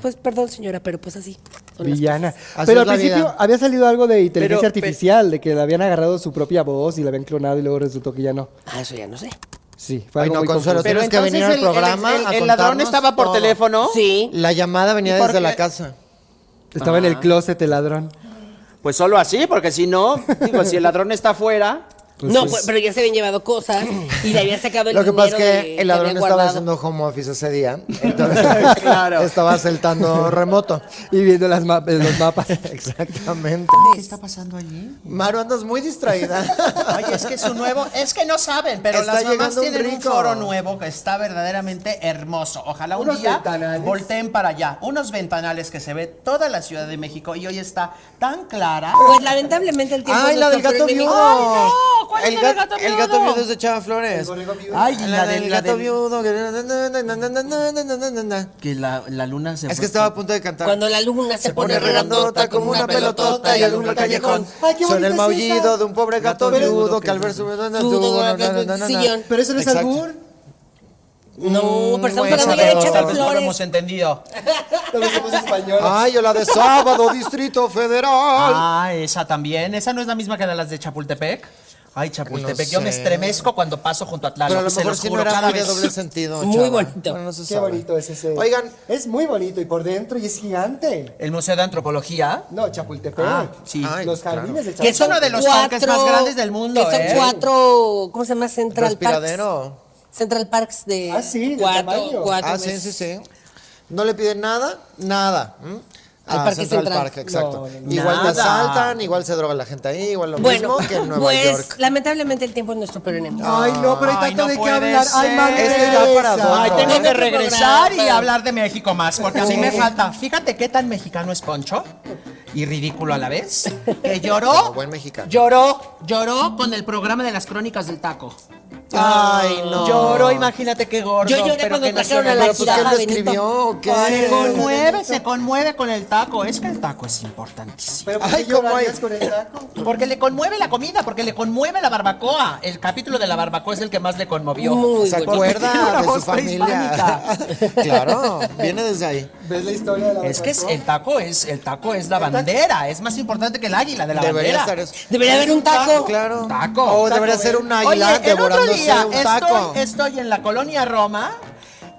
S5: pues perdón señora, pero pues así. son las
S1: Villana.
S3: Así
S1: Pero al
S3: es la
S1: principio
S3: vida.
S1: había salido algo de inteligencia
S4: Pero, pe-
S1: artificial, de que le habían agarrado su propia voz y la habían clonado y luego resultó que ya no.
S5: cosas. Ah, eso ya no sé.
S1: Sí, fue
S3: Ay,
S1: algo
S3: no,
S1: muy confuso.
S3: Consuelo, Pero tienes que
S4: entonces
S3: venir al programa
S4: el-
S3: a
S4: el ladrón
S3: contarnos
S4: estaba por
S3: todo.
S4: teléfono.
S5: Sí.
S3: La llamada venía
S4: ¿Y por
S3: desde
S4: qué?
S3: la casa.
S1: Estaba
S4: Ah.
S1: en el closet el ladrón.
S4: Pues solo así, porque si no, digo, si el ladrón está afuera,
S1: Pues
S5: no,
S1: sí.
S5: pero ya se habían llevado cosas y le habían sacado el
S3: Lo que pasa es
S5: dinero
S3: que
S5: de-
S3: el
S5: habían
S3: ladrón estaba
S5: guardado.
S3: haciendo home office ese día, entonces
S4: Claro.
S3: estaba saltando remoto.
S1: Y viendo las ma- los mapas.
S3: Exactamente.
S4: ¿qué está pasando allí?
S3: Maru, andas muy distraída.
S4: Ay, es que es un nuevo, es que no saben, pero
S3: Está
S4: las mamás
S3: llegando un
S4: tienen un
S3: rico.
S4: foro nuevo que está verdaderamente hermoso. Ojalá un
S1: Unos
S4: día
S1: ventanales.
S4: volteen para allá, unos ventanales que se ve toda la Ciudad de México y hoy está tan clara.
S5: Pues lamentablemente el tiempo
S3: ¡Ay,
S5: es
S3: la del
S5: nuestro,
S3: gato
S5: pero en
S3: viudo!
S5: México-
S4: no! ¿Cuál es la del gato
S3: El gato
S4: viudo?
S3: viudo es de Chava Flores.
S4: Ay,
S3: La del gato viudo. que na, na, na, na, na, na, na, na, na, na, na.
S4: Que la, la luna se
S3: Es que
S4: fue.
S3: estaba a punto de cantar.
S5: Cuando la luna se,
S3: se pone redondota como una pelotota y alumbra el callejón.
S1: Ay, qué
S3: Son
S1: bonita es
S3: el
S1: esa.
S3: maullido de un pobre gato
S1: Gato
S3: viudo
S1: viudo
S3: que al ver su...
S5: Sudo, sillón.
S1: Pero eso no es
S3: Exacto.
S1: albur.
S5: No, pero estamos
S3: bueno,
S5: hablando ya de
S3: pero-
S5: Chava
S4: Tal vez no lo hemos
S5: Flores.
S4: entendido.
S1: Tal vez somos españoles.
S3: Ay, o la de sábado, Distrito Federal.
S4: Ah, esa también. Esa no es la misma que de las de Chapultepec. Ay, Chapultepec,
S3: No
S4: yo me
S3: sé.
S4: estremezco cuando paso junto a Tlaloc,
S3: Pero a lo
S4: pues, se
S3: mejor
S4: los
S3: si no
S4: juro,
S3: era
S4: cada
S3: muy de
S4: vez.
S3: doble sentido.
S5: Muy
S3: chava.
S5: bonito.
S3: Bueno, no se
S1: Qué
S3: sabe.
S1: bonito es ese.
S3: Oigan,
S1: Es muy bonito y por dentro y es gigante.
S4: El Museo de Antropología.
S1: No, Chapultepec.
S4: Ah, sí.
S3: Ay,
S1: Los jardines de Chapultepec.
S4: Que es uno de los parques más grandes del mundo,
S5: Que son
S4: ¿eh?
S5: cuatro, ¿cómo se llama? Central Parks.
S3: respiradero.
S5: Central Parks de
S1: Ah, sí, de tamaño.
S5: cuatro, cuatro
S3: Ah, sí,
S5: meses.
S3: sí, sí. No le piden nada, nada. ¿m?
S5: Al
S3: Ah,
S5: Parque
S3: Central,
S5: Central.
S3: Park, exacto.
S1: No, no,
S3: Igual te
S4: Nada.
S3: asaltan, igual se droga la gente ahí, igual lo
S5: Bueno,
S3: mismo que en Nueva
S5: pues
S3: York. Ah,
S5: lamentablemente el tiempo es nuestro peor enemigo.
S1: Ay, no, pero hay
S4: Ay,
S1: tanto
S4: no
S1: de qué
S4: puede
S1: hablar. Ay,
S4: ser. Este
S1: madre.
S3: Es que da Este para
S1: Teresa.
S3: Ay,
S4: Ay, tengo
S5: otro
S4: que regresar
S5: programa.
S4: y hablar de México más, porque a mí me falta. Fíjate qué tan mexicano es Poncho y ridículo a la vez. Que lloró.
S3: Como buen mexicano.
S4: Lloró, lloró con el programa de las crónicas del taco.
S3: Ay, no.
S4: Lloró, imagínate qué pues, gordo.
S5: Yo lloré
S4: pero
S5: cuando
S4: que no
S5: trajeron
S4: se
S5: a la
S3: Pero pues ¿quién
S5: jirafa
S3: lo
S5: Benito.
S3: escribió o qué?
S4: Se conmueve, se conmueve con el taco. Es que el taco es importantísimo.
S1: Pero ¿por qué
S3: Ay, ¿cómo
S1: llorarías
S3: hay?
S1: con el taco?
S4: Porque le conmueve la comida, porque le conmueve la barbacoa. El capítulo de la barbacoa es el que más le conmovió.
S5: Muy
S3: ¿Se
S5: bueno.
S4: Tiene una
S3: acuerda de su
S4: voz
S3: familia? claro, viene desde ahí.
S1: ¿Ves la historia de la
S4: Es que es-
S1: barbacoa?
S4: el taco es el taco es la bandera, es más importante que el águila de la
S3: Debería
S4: bandera.
S3: estar eso.
S5: Debería haber un taco.
S3: Claro.
S4: Taco.
S3: O
S4: Taco,
S3: debería ser un águila
S4: Oye, el otro
S3: devorándose
S4: día
S3: un taco.
S4: Estoy, estoy en la colonia Roma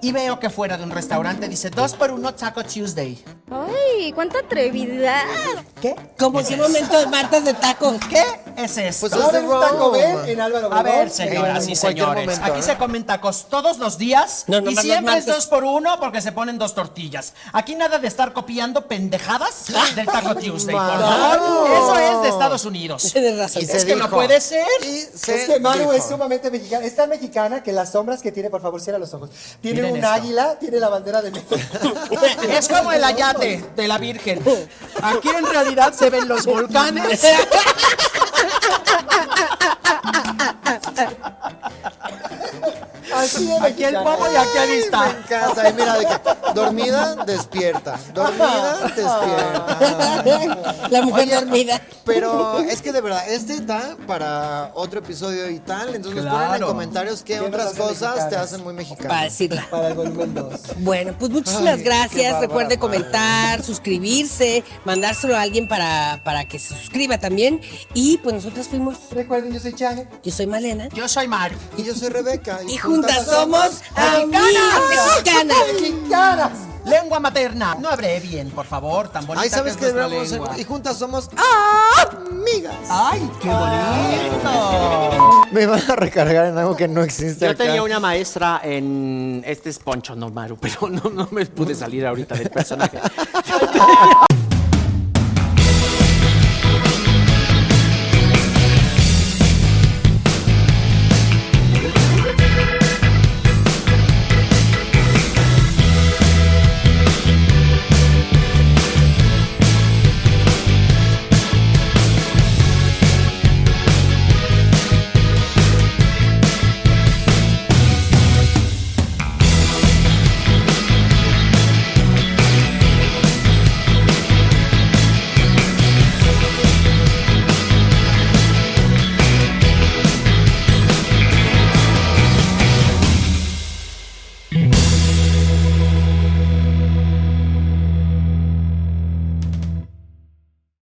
S4: y veo que fuera de un restaurante dice dos por uno Taco Tuesday.
S7: ¡Ay, cuánta atrevidad!
S4: ¿Qué?
S5: Como si un momento de martas de taco.
S4: ¿Qué es esto?
S3: Pues
S1: Va a haber
S3: es de
S1: un Taco
S3: Roma.
S1: Bell en Álvaro
S4: A ver,
S1: Obregón.
S4: señoras
S3: en
S4: y
S3: cualquier
S4: señores,
S3: momento,
S4: aquí
S3: ¿eh?
S4: se comen tacos todos los días
S5: No, no,
S4: y
S5: más los
S4: siempre es
S5: martes.
S4: dos por uno porque se ponen dos tortillas. Aquí nada de estar copiando pendejadas del Taco Tuesday, por favor. Eso es de Estados Unidos.
S5: Tienes razón.
S3: Y
S4: Es
S3: se
S4: que no
S3: dijo.
S4: puede ser.
S3: Y se
S1: Es que Maru
S3: dijo.
S1: es sumamente mexicana. Es tan mexicana que las sombras que tiene, por favor, cierra los ojos. Tiene
S4: Miren
S1: un
S4: esto.
S1: águila, tiene la bandera de México.
S4: Es como el ayate de la Virgen. Aquí en realidad se ven los volcanes.
S1: Así de
S4: Aquí el
S1: mexicana.
S4: pomo y aquí
S3: Ay,
S4: el
S3: me
S4: está.
S3: encanta. Ay, mira, de que dormida, despierta. Dormida, despierta.
S5: La mujer
S3: Oye,
S5: dormida.
S3: Pero es que de verdad, este da para otro episodio y tal. Entonces nos ponen en
S4: Claro.
S3: comentarios qué
S1: ¿Qué nos
S3: otras
S1: hacen
S3: cosas te
S1: mexicanos?
S3: hacen muy
S5: Para
S3: mexicanos.
S5: decirla.
S1: Para el volumen 2.
S5: Bueno, pues muchísimas
S3: Ay, qué
S5: gracias.
S3: bárbara,
S5: Recuerde
S3: madre.
S5: comentar, suscribirse, mandárselo a alguien para, para que se suscriba también. Y pues nosotros fuimos.
S1: Recuerden, yo soy Chang.
S5: Yo soy Malena.
S4: Yo soy Mario.
S3: Y yo soy Rebeca.
S5: Y juntas somos amigas mexicanas.
S1: ¡Mexicanas!
S4: Lengua materna. No habré bien, por favor. Tan bonita
S3: Ay, ¿sabes
S4: que
S3: qué
S4: es nuestra
S3: deberíamos
S4: lengua.
S3: hacer? Y juntas somos amigas.
S4: Ay, qué
S3: Ah.
S4: bonito.
S3: Me iban a recargar en algo que no existe.
S8: Yo
S3: acá.
S8: tenía una maestra en. Este es Poncho, no Maru, pero no, no me pude salir ahorita del personaje.